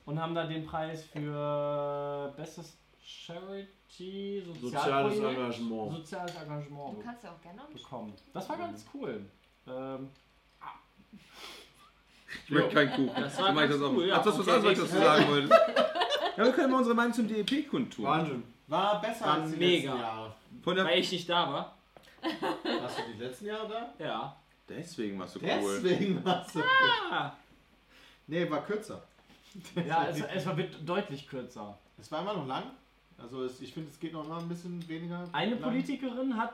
E: und haben da den Preis für bestes Charity,
G: Soziales
E: Sozialprojekt,
G: Engagement.
E: soziales Engagement
C: Du kannst ja auch gerne noch nicht.
E: bekommen. Das war ganz cool. Ähm,
B: Ich möchte keinen Kuchen.
F: Das war
B: so mach ich
F: ganz
B: das auch.
F: cool, ja.
B: Ach, das was
F: Okay,
B: anderes, was ich dazu
F: nächstes
B: sagen wollte. Ja, wir können mal unsere Meinung zum DEP kundtun.
G: Wahnsinn.
D: War besser
F: War
D: als die
F: mega.
D: letzten Jahre.
B: Von der
F: Weil ich nicht da war.
D: Warst du die letzten Jahre da?
F: Ja.
B: Deswegen warst du cool.
D: Deswegen warst du.
F: Ah,
D: Nee, war kürzer.
E: ja, es, es war bit- deutlich kürzer.
D: Es war immer noch lang. Also es, ich finde, es geht noch mal ein bisschen weniger.
E: Eine
D: lang.
E: Politikerin hat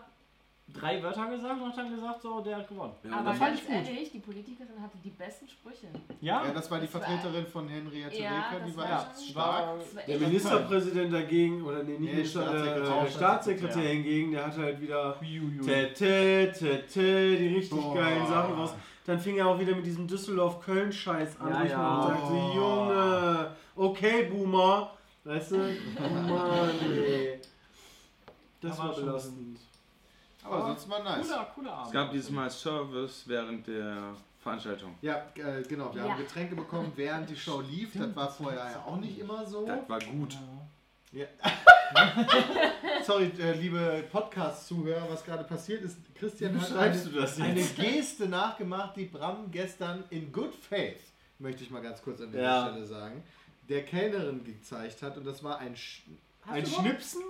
E: drei Wörter gesagt und hat dann gesagt, so, der hat gewonnen.
B: Ja, und
C: Aber
B: das-
E: fand
C: ganz
E: ich gut.
C: ehrlich, die Politikerin hatte die besten Sprüche.
E: Ja,
D: Ja, das war die
C: Das war-
D: Vertreterin von Henriette
C: Ja,
D: Reker,
C: das
D: die
C: war
D: war echt
C: schon-
D: stark.
C: Das war
G: Der
C: echt-
G: Ministerpräsident dagegen, oder nee, nicht
D: Nee,
G: Minister, äh,
D: Staatssekretär.
G: der Staatssekretär hingegen, der hat halt wieder
E: Huiuiui.
G: tä, tä, tä, tä, die richtig
D: Boah.
G: geilen Sachen raus. Dann fing er auch wieder mit diesem Düsseldorf-Köln-Scheiß an,
E: Ja,
G: wo ich
E: ja.
G: mir auch dachte,
D: Boah.
G: Junge, okay, Boomer. Weißt du? Boomer, nee. Das
E: Da war
G: war
E: schon-
G: belastend.
D: Aber sonst war nice.
E: Cooler, cooler Abend.
B: Es gab dieses Mal Service während der Veranstaltung.
D: Ja, äh, genau. Wir
C: Ja.
D: haben Getränke bekommen, während die Show lief. Das war vorher ja auch nicht immer so.
B: Das war gut.
D: Sorry, äh, liebe Podcast-Zuhörer, was gerade passiert ist. Christian hat eine,
G: du das
D: eine Geste nachgemacht, die Bram gestern in good faith, möchte ich mal ganz kurz an dieser
G: Ja.
D: Stelle sagen, der Kellnerin gezeigt hat. Und das war ein, Sch
G: Ein Schnipsen?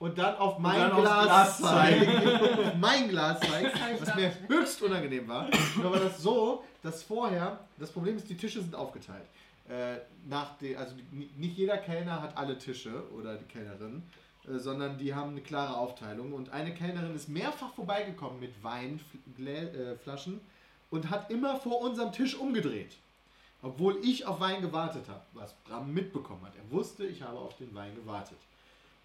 D: und dann auf mein
G: dann aufs
D: Glas,
G: Glas
D: zeigen. Auf mein Glas zeigen, was mir höchst unangenehm war. Nur war das so, dass vorher, das Problem ist, die Tische sind aufgeteilt. Äh, nach de, also ni- nicht jeder Kellner hat alle Tische oder die Kellnerin, äh, sondern die haben eine klare Aufteilung. Und eine Kellnerin ist mehrfach vorbeigekommen mit Weinflaschen äh, und hat immer vor unserem Tisch umgedreht. Obwohl ich auf Wein gewartet habe, was Bram mitbekommen hat. Er wusste, ich habe auf den Wein gewartet.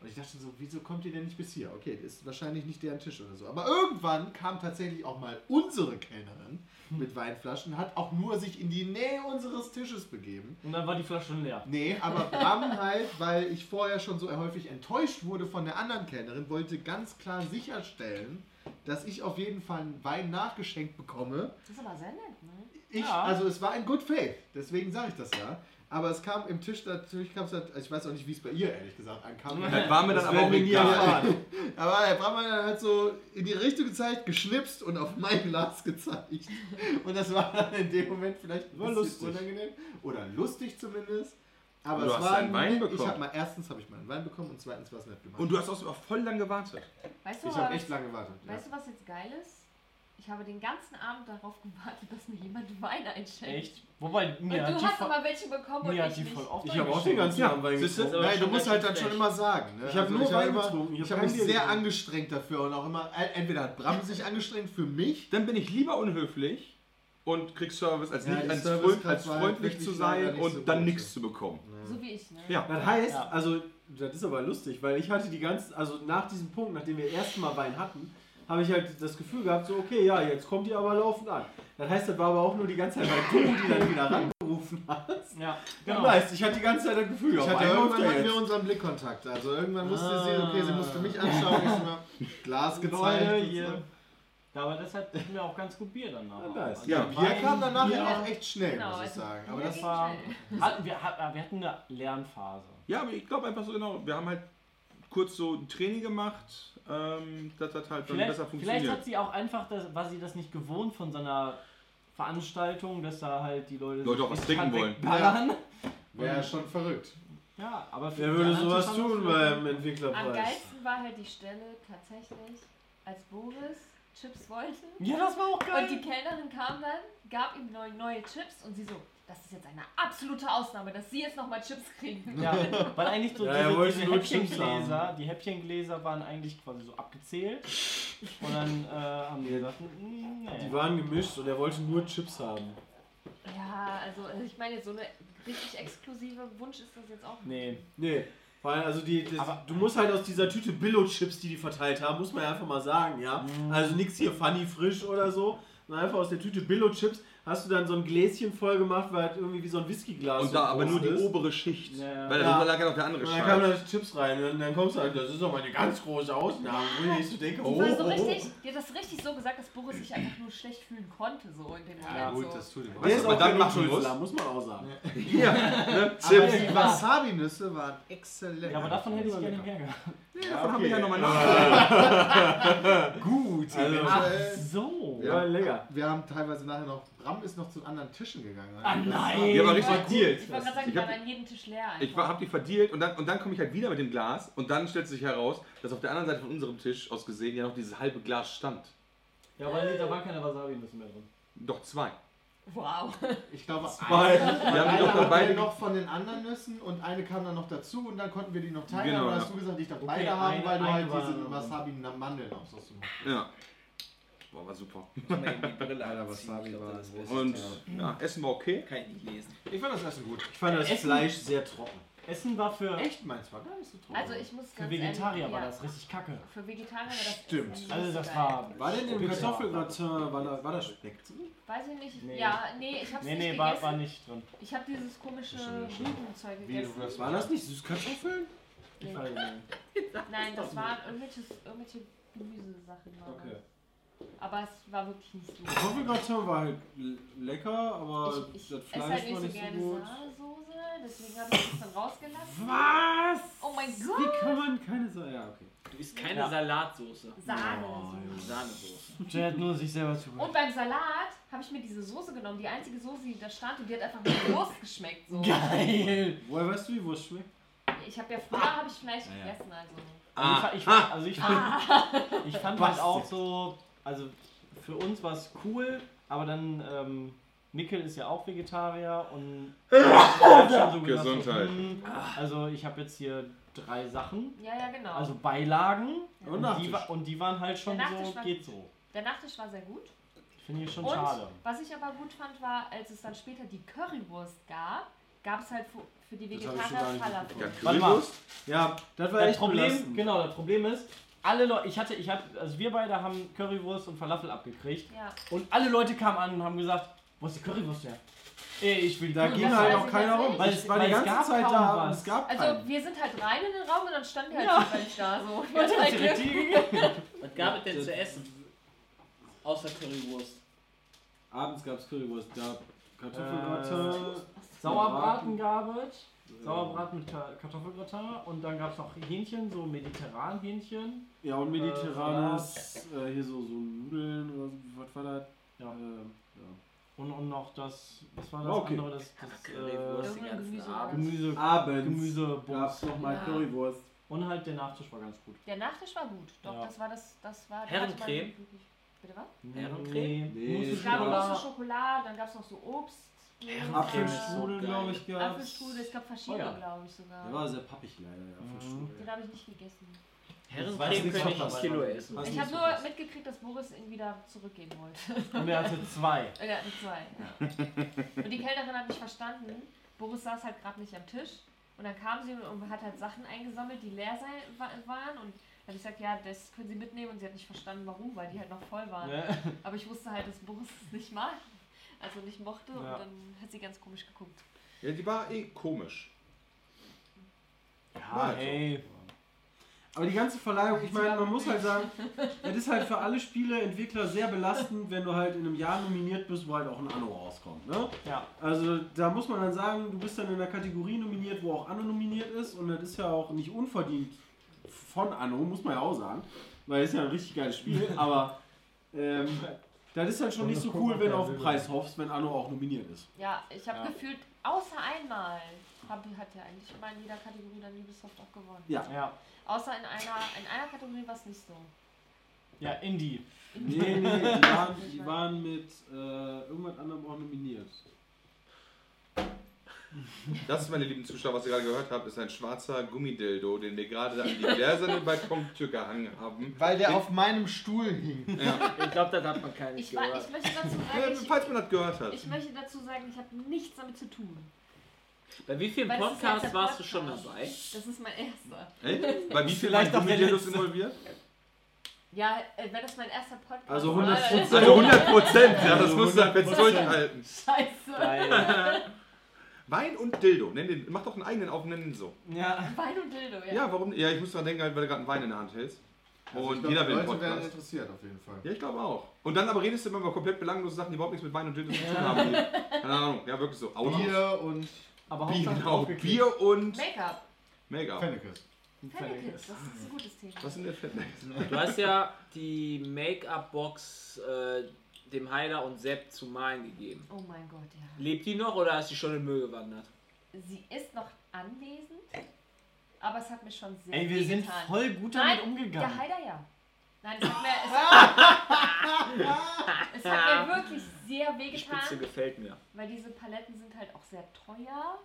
D: Und ich dachte so, wieso kommt ihr denn nicht bis hier? Okay, das ist wahrscheinlich nicht deren Tisch oder so. Aber irgendwann kam tatsächlich auch mal unsere Kellnerin mit Weinflaschen, hat auch nur sich in die Nähe unseres Tisches begeben.
E: Und dann war die Flasche schon leer.
D: Nee, aber Bram halt, weil ich vorher schon so häufig enttäuscht wurde von der anderen Kellnerin, wollte ganz klar sicherstellen, dass ich auf jeden Fall einen Wein nachgeschenkt bekomme.
C: Das ist aber sehr nett, ne?
D: Ich,
E: Ja.
D: also es war ein Good Faith, deswegen sage ich das ja. Aber es kam im Tisch natürlich, kam es halt, ich weiß auch nicht, wie es bei ihr ehrlich gesagt ankam.
B: Das war mir dann aber auch egal.
G: erfahren.
D: Aber der Brammann hat halt so in die Richtung gezeigt, geschnipst und auf mein Glas gezeigt. Und das war dann in dem Moment vielleicht ein
G: War
D: bisschen
G: lustig.
D: unangenehm. Oder lustig zumindest. Aber
B: Du
D: es
B: hast
D: war
B: einen Wein
D: nett. Ich
B: bekommen.
D: hab mal, erstens habe ich mal einen Wein bekommen und zweitens war es nett gemacht.
B: Und du hast auch auch voll lang gewartet.
C: Weißt du,
D: ich habe
C: was-
D: echt lange gewartet. Ja.
C: weißt du, was jetzt geil ist? Ich habe den ganzen Abend darauf gewartet, dass mir jemand Wein einschenkt.
E: Echt? Wobei,
C: Und
E: mir hat
C: du
E: die
C: hast
E: voll,
C: aber welche bekommen und
E: mir hat
C: ich
E: die
C: nicht.
E: voll oft
G: Ich habe auch den ganzen
B: Ja,
G: Abend Wein
B: siehst du,
G: getrunken.
F: aber
D: Nein, du
F: schon
D: musst
F: ganz
D: halt
F: schön
D: dann schon
F: frech.
D: immer sagen. Ne?
G: Ich hab nur
D: hab
G: Wein
D: immer-
G: getrunken, ich hab
D: Ich habe
G: kein
D: mich
G: Bier
D: sehr
G: getrunken.
D: angestrengt dafür und auch immer. Entweder hat Bram sich angestrengt für mich.
B: Dann bin ich lieber unhöflich und krieg Service, als,
D: Ja,
B: nicht,
D: die
B: als,
D: Servicekraft
B: freund, als
D: war halt
B: freundlich
D: wirklich
B: zu
D: leider
B: sein
D: nicht
B: und
D: so
B: dann
D: gut.
B: nichts zu bekommen.
C: So wie ich, ne?
B: Ja.
G: Das heißt,
E: Ja.
G: also, das ist aber lustig, weil ich hatte die ganzen, also nach diesem Punkt, nachdem wir das erste Mal Wein hatten, habe ich halt das Gefühl gehabt, so, okay, ja, jetzt kommt die aber laufend an. Das heißt, das war aber auch nur die ganze Zeit, weil du die dann wieder rangerufen hast.
E: Ja,
G: Ja,
E: genau.
G: nice, ich hatte die ganze Zeit das Gefühl,
D: Ich
G: auf
D: hatte
G: einmal
D: irgendwann
G: läuft
D: hatten
G: der
D: wir
G: jetzt.
D: unseren Blickkontakt. Also irgendwann musste sie,
E: Ah.
D: okay, sie musste mich anschauen. Ich so mal Glas gezeigt.
E: Leute,
D: und so.
E: hier. Ja, aber deshalb hatten wir auch ganz gut Bier danach. Also,
G: Ah, nice.
B: Ja,
D: Bier kam danach
E: Bier-
D: ja auch echt schnell,
C: Genau,
D: muss ich
C: also
D: sagen. Aber
C: Bier
D: das
C: ging
D: war.
C: schnell.
E: Hatten wir, hat- wir hatten eine Lernphase.
B: Ja, aber ich glaube einfach so genau, wir haben halt kurz so ein Training gemacht, ähm, dass das halt dann
E: Vielleicht,
B: besser
E: vielleicht hat
B: funktioniert.
E: sie auch einfach, das, war sie das nicht gewohnt von so einer Veranstaltung, dass da halt die Leute,
B: Leute auch was trinken wollen.
E: Ballern.
D: Wäre ja schon verrückt.
E: Ja, aber für
G: Wer
E: die
G: würde
E: anderen
G: sowas
E: Zuschauer
G: tun
E: vielleicht-
G: beim
C: Am
G: Entwicklerpreis?
C: geilsten war halt die Stelle tatsächlich, als Boris Chips wollte.
E: Ja, das war auch
C: Und
E: geil.
C: die Kellnerin kam dann, gab ihm neue, neue Chips und sie so, das ist jetzt eine absolute Ausnahme, dass sie jetzt nochmal Chips kriegen.
E: Ja, weil eigentlich so
G: Ja, er
E: diese,
G: wollte
E: diese
G: nur Chips
E: Häppchengläser, die Häppchengläser waren eigentlich quasi so abgezählt. Und dann äh, haben die gesagt, "Mm, nee.
G: Die waren gemischt und er wollte nur Chips haben.
C: Ja, also äh, ich meine, jetzt so eine richtig exklusive Wunsch ist das jetzt auch nicht.
E: nee.
G: Nee, vor allem, also die, das,
E: Aber-
G: du musst halt aus dieser Tüte Billo-Chips, die die verteilt haben, muss man ja einfach mal sagen, ja. Also nichts hier funny frisch oder so, sondern einfach aus der Tüte Billo-Chips hast du dann so ein Gläschen voll gemacht, weil halt irgendwie wie so ein Whiskyglas.
B: und
G: so
B: da aber
G: groß
B: nur die
G: ist.
B: obere Schicht,
E: Ja.
B: weil
G: Ja.
B: darunter lag ja noch der andere
G: Und dann kamen
B: Scheiß.
G: da Chips rein und dann kommst du halt, das ist doch mal eine ganz große Ausnahme, wo ich so denke,
C: Die
G: oh,
C: war so
G: oh, oh.
C: richtig, die hat das richtig so gesagt, dass Boris sich einfach nur schlecht fühlen konnte, so in dem Moment. so.
D: tut ihm
G: Der
B: Weißt
G: ist
B: du, was
G: auch
B: man
G: kein
B: dann machen
G: Unschuldsler, muss man auch sagen.
B: Hier, ne,
D: Aber
B: Chips.
D: die Wasabi-Nüsse waren exzellent.
E: Ja, aber davon hätte ich gerne mehr gehabt.
B: Nee, davon habe ich ja
D: okay.
B: nochmal nachgedacht.
D: Gut,
G: Also-
E: Ach
D: eventuell.
E: so.
G: Ja,
D: Ja.
G: lecker.
D: Wir haben teilweise nachher noch. Bram ist noch zu anderen Tischen gegangen. Also
E: Ah nein.
B: Die war
C: Ich
B: richtig
C: wollte-
B: dealt.
C: Ich wollte gerade sagen,
B: Ich
C: die
B: hab-
C: waren an jedem Tisch leer.
B: Ich war, hab die verdealt und dann, und dann komme ich halt wieder mit dem Glas und dann stellt sich heraus, dass auf der anderen Seite von unserem Tisch aus gesehen ja noch dieses halbe Glas stand.
E: Ja, weil nee, da war keine Wasabi-Nüsse mehr drin.
B: Doch zwei.
C: Wow.
D: Ich glaube,
B: Zwei. Wir haben die
D: eine
B: doch dann
D: hatten wir
B: beide.
D: noch von den anderen Nüssen und eine kam dann noch dazu und dann konnten wir die noch teilen.
B: Genau,
D: aber
B: ja.
D: hast du gesagt, ich darf
E: Okay,
D: beide haben,
E: eine-
D: weil du
E: eine
D: halt
E: war-
D: diese Wasabi-Mandeln auch so zu machen.
B: Ja. Boah, war super.
G: halt
D: Alter, Wasabi war das Beste.
B: Und ja, Essen war okay.
F: Kann ich nicht lesen.
D: Ich fand das Essen gut.
G: Ich fand das
E: Essen-
G: Fleisch sehr trocken.
E: Essen war für,
D: Echt, meins war gar nicht so trocken.
C: Also ich muss
E: für
C: ganz
E: Vegetarier
C: ehrlich,
E: war
C: ja.
E: das richtig kacke.
C: Für Vegetarier war das
D: Stimmt.
C: Essen nicht
E: Also
C: so
E: das
C: geil.
E: war.
G: War denn im
E: Bitter.
G: Kartoffelgratin, war da, war da Speck drin?
C: Weiß ich nicht.
E: Nee.
C: Ja, nee, ich hab's
E: Nee,
C: nicht
E: nee,
C: gegessen.
E: war, war nicht drin.
C: Ich hab dieses komische Rübenzeug
D: Wie,
C: gegessen.
D: das
G: War das nicht Süßkartoffeln?
E: Ich
C: Nee.
E: weiß nicht.
C: Nein, das waren irgendwelches, irgendwelche Gemüsesachen. Waren
G: Okay.
C: das. Aber es war wirklich nicht so.
G: Kartoffelgratin war halt l- lecker, aber
C: Ich, ich
G: das
C: esse
G: Fleisch
C: halt nicht
G: war
C: so
G: nicht so
C: gerne
G: gut.
C: Sahnesoße, deswegen habe ich das dann rausgelassen.
G: Was?
C: Oh mein Gott!
G: Wie kann man keine Sahne? Ja, okay.
F: Du isst keine
E: Ja.
F: Salatsoße.
C: Sahne.
F: Sahnesoße.
E: Der hat nur sich selber zugehört.
C: Und beim Salat habe ich mir diese Soße genommen, die einzige Soße, die da stand, und die hat einfach nur Wurst geschmeckt. So.
E: Geil!
G: Woher weißt du, wie Wurst schmeckt?
C: Ich habe ja früher habe ich Fleisch
G: Ja, ja.
C: gegessen, also.
G: Ah.
E: Also ich, fa- ich, fa- also ich fand, ich fand halt auch so, also für uns war es cool, aber dann, ähm, Mikkel ist ja auch Vegetarier und hat schon so gedacht, so,
B: Gesundheit.
E: hm, also ich habe jetzt hier drei Sachen,
C: Ja, ja, genau.
E: also Beilagen
G: Und
E: und die,
G: Nachtisch.
E: wa- und die waren halt schon
C: Der
E: so,
C: Nachtisch war-
E: geht so.
C: Der Nachtisch war sehr gut.
E: Finde ich schon
C: Und
E: schade.
C: was ich aber gut fand, war, als es dann später die Currywurst gab, gab es halt für, für die
G: Das habe ich schon gar
C: Vegetarier
G: nicht
C: Falafel.
G: mitbekommen.
E: Warte mal.
B: Currywurst?
G: Ja, das war
E: Das
G: echt
E: Problem,
G: belastend.
E: genau, das Problem ist, alle Leute, ich hatte, ich hatte, also wir beide haben Currywurst und Falafel abgekriegt
C: Ja.
E: und alle Leute kamen an und haben gesagt, wo ist die Currywurst her? Ey, ich will die
G: Da ging
C: das
G: halt
C: weiß
G: auch
C: ich
G: keiner
C: jetzt
G: rum.
C: nicht.
G: Weil es war die
E: Weil es
G: ganze
E: gab
G: Zeit
E: kaum
G: da und
E: was.
G: es gab
C: Also
G: keinen.
C: wir sind halt rein in den Raum und dann stand der halt
E: Ja.
C: zufällig da so.
E: Was
C: Ja,
E: habt
C: Glück.
E: ihr mit die gegessen?
F: Was gab es denn zu essen? Außer Currywurst.
G: Abends gab es Currywurst, gab Kartoffelgratin.
E: Sauerbraten gab es. Sauerbraten mit Ka- Kartoffelgratin und dann gab es noch Hähnchen, so mediterran Hähnchen.
G: Ja, und äh, mediterranes, äh, hier so, so Nudeln oder so, was war das?
E: Ja.
G: Ähm, ja.
E: Und, und noch das, was war das
G: Okay.
E: andere? Das, das äh,
F: Currywurst den
C: Irgendein
F: ganzen
C: Gemüse-
F: Abend.
E: Gemüse,
G: Abends
E: Gemüse
G: gab's noch mal
C: Ja.
G: Currywurst.
E: Und halt der Nachtisch war ganz gut.
C: Der Nachtisch war gut. Doch,
E: Ja.
C: das war das. das war, da
F: Herrencreme?
C: hatte man- Bitte was?
F: Herrencreme?
E: Nee,
G: Nee,
E: nee.
C: Ich glaube,
E: Schokolade.
C: große Schokolade, dann gab es noch so Obst.
F: Herrencreme ist so
E: Apfelstrudel,
F: geil.
E: glaube ich, gab's.
C: Apfelstrudel, es gab verschiedene,
G: Oh ja.
C: glaube ich sogar.
G: Der war sehr pappig leider, ja,
E: Mhm.
G: von Strudel.
C: Den habe ich nicht gegessen.
F: Herrencreme
G: Weiß
F: könnte
G: nicht,
F: ich
G: was
F: ein Kilo
G: das war.
F: essen.
G: Was?
C: Ich
G: nicht
C: habe
G: so
C: nur
G: krass.
C: mitgekriegt, dass Boris ihn wieder zurückgeben wollte.
E: Und wir hatten zwei.
C: Und Er hatte zwei. Ja. Und die Kellnerin hat nicht verstanden. Boris saß halt gerade nicht am Tisch. Und dann kam sie und hat halt Sachen eingesammelt, die leer sei, wa- waren. Und dann habe ich gesagt, ja, das können Sie mitnehmen. Und sie hat nicht verstanden, warum, weil die halt noch voll waren.
E: Ne?
C: Aber ich wusste halt, dass Boris es nicht mag. Also nicht mochte.
E: Ja.
C: Und dann hat sie ganz komisch geguckt.
B: Ja, die war eh komisch.
E: Ja,
B: War halt so.
E: ey.
G: Aber die ganze Verleihung, ich meine, man muss halt sagen, es ist halt für alle Spiele, Entwickler sehr belastend, wenn du halt in einem Jahr nominiert bist, wo halt auch ein Anno rauskommt. Ne?
E: Ja.
G: Also da muss man dann sagen, du bist dann in der Kategorie nominiert, wo auch Anno nominiert ist und das ist ja auch nicht unverdient von Anno, muss man ja auch sagen, weil es ist ja ein richtig geiles Spiel, aber ähm, das ist halt schon nicht so cool, wenn du auf den Preis hoffst, wenn Anno auch nominiert ist.
C: Ja, ich habe
G: Ja.
C: gefühlt, außer einmal, hab, hat ja eigentlich immer in jeder Kategorie dann Ubisoft auch gewonnen.
G: Ja.
E: Ja.
C: Außer in einer, in einer Kategorie war es nicht so.
E: Ja, Indie.
G: Nee, nee, die waren, die waren mit äh, irgendwas anderem auch nominiert.
B: Das, meine lieben Zuschauer, was ihr gerade gehört habt, ist ein schwarzer Gummidildo, den wir gerade an die gläserne Balkontür gehangen haben.
D: Weil der auf meinem Stuhl hing. Also
F: Ich glaube, das hat man keinen
C: Ich, war, ich
F: gehört.
C: möchte dazu
B: Ja,
C: sagen,
B: Äh, falls man das gehört
C: ich,
B: hat.
C: ich möchte dazu sagen, ich habe nichts damit zu tun.
F: Bei wie vielen
C: Weil das ist ja
F: Podcasts
C: der
F: warst du
C: Podcast.
F: schon dabei?
C: Das ist mein erster.
B: Echt? Bei wie vielen
E: Vielleicht
B: waren
E: auch der
B: Gummidildos
E: letzte.
B: involviert?
C: Ja, äh, wenn das mein erster Podcast
G: Also
C: war, dann-
G: 100%.
B: Also 100 Prozent. Ja, das
E: Also
B: musst du halt jetzt
E: 100%.
B: durchhalten.
C: Scheiße.
E: Geil.
B: Wein und Dildo. Nenn den, mach doch einen eigenen auf, nenn den so.
E: ja.
C: Wein und Dildo, ja.
B: Ja, warum? Ja, ich muss dran denken, halt, weil du gerade einen Wein in der Hand hältst. Und
D: Also ich glaub,
B: jeder
D: die
B: will einen
D: Leute werden
B: Podcast.
D: interessiert auf jeden Fall.
B: Ja, ich glaube auch. Und dann aber redest du immer über komplett belanglose Sachen, die überhaupt nichts mit Wein und Dildo zu tun haben. Keine Ahnung. Ja, wirklich so. Autos.
D: Bier und
E: Aber
B: Bier,
E: Hauptsache
B: genau.
E: aufgeklebt.
B: Bier und
C: Make-up.
B: Make-up.
D: Fennekes.
C: Kids, das ist ein gutes Thema.
B: Was sind denn Fennekes?
F: Du hast ja die Make-up-Box äh, dem Heiler und Sepp zu malen gegeben.
C: Oh mein Gott, ja.
F: Lebt die noch oder ist die schon in den Müll gewandert?
C: Sie ist noch anwesend, aber es hat mir schon sehr
E: Ey, wir
C: weh
E: sind
C: getan.
E: voll gut
C: Nein,
E: damit
C: Der
E: umgegangen.
C: Heider ja. Nein, es hat mir, es hat, es hat mir wirklich sehr weh
F: Die Spitze
C: getan,
F: gefällt mir.
C: weil diese Paletten sind halt auch sehr teuer.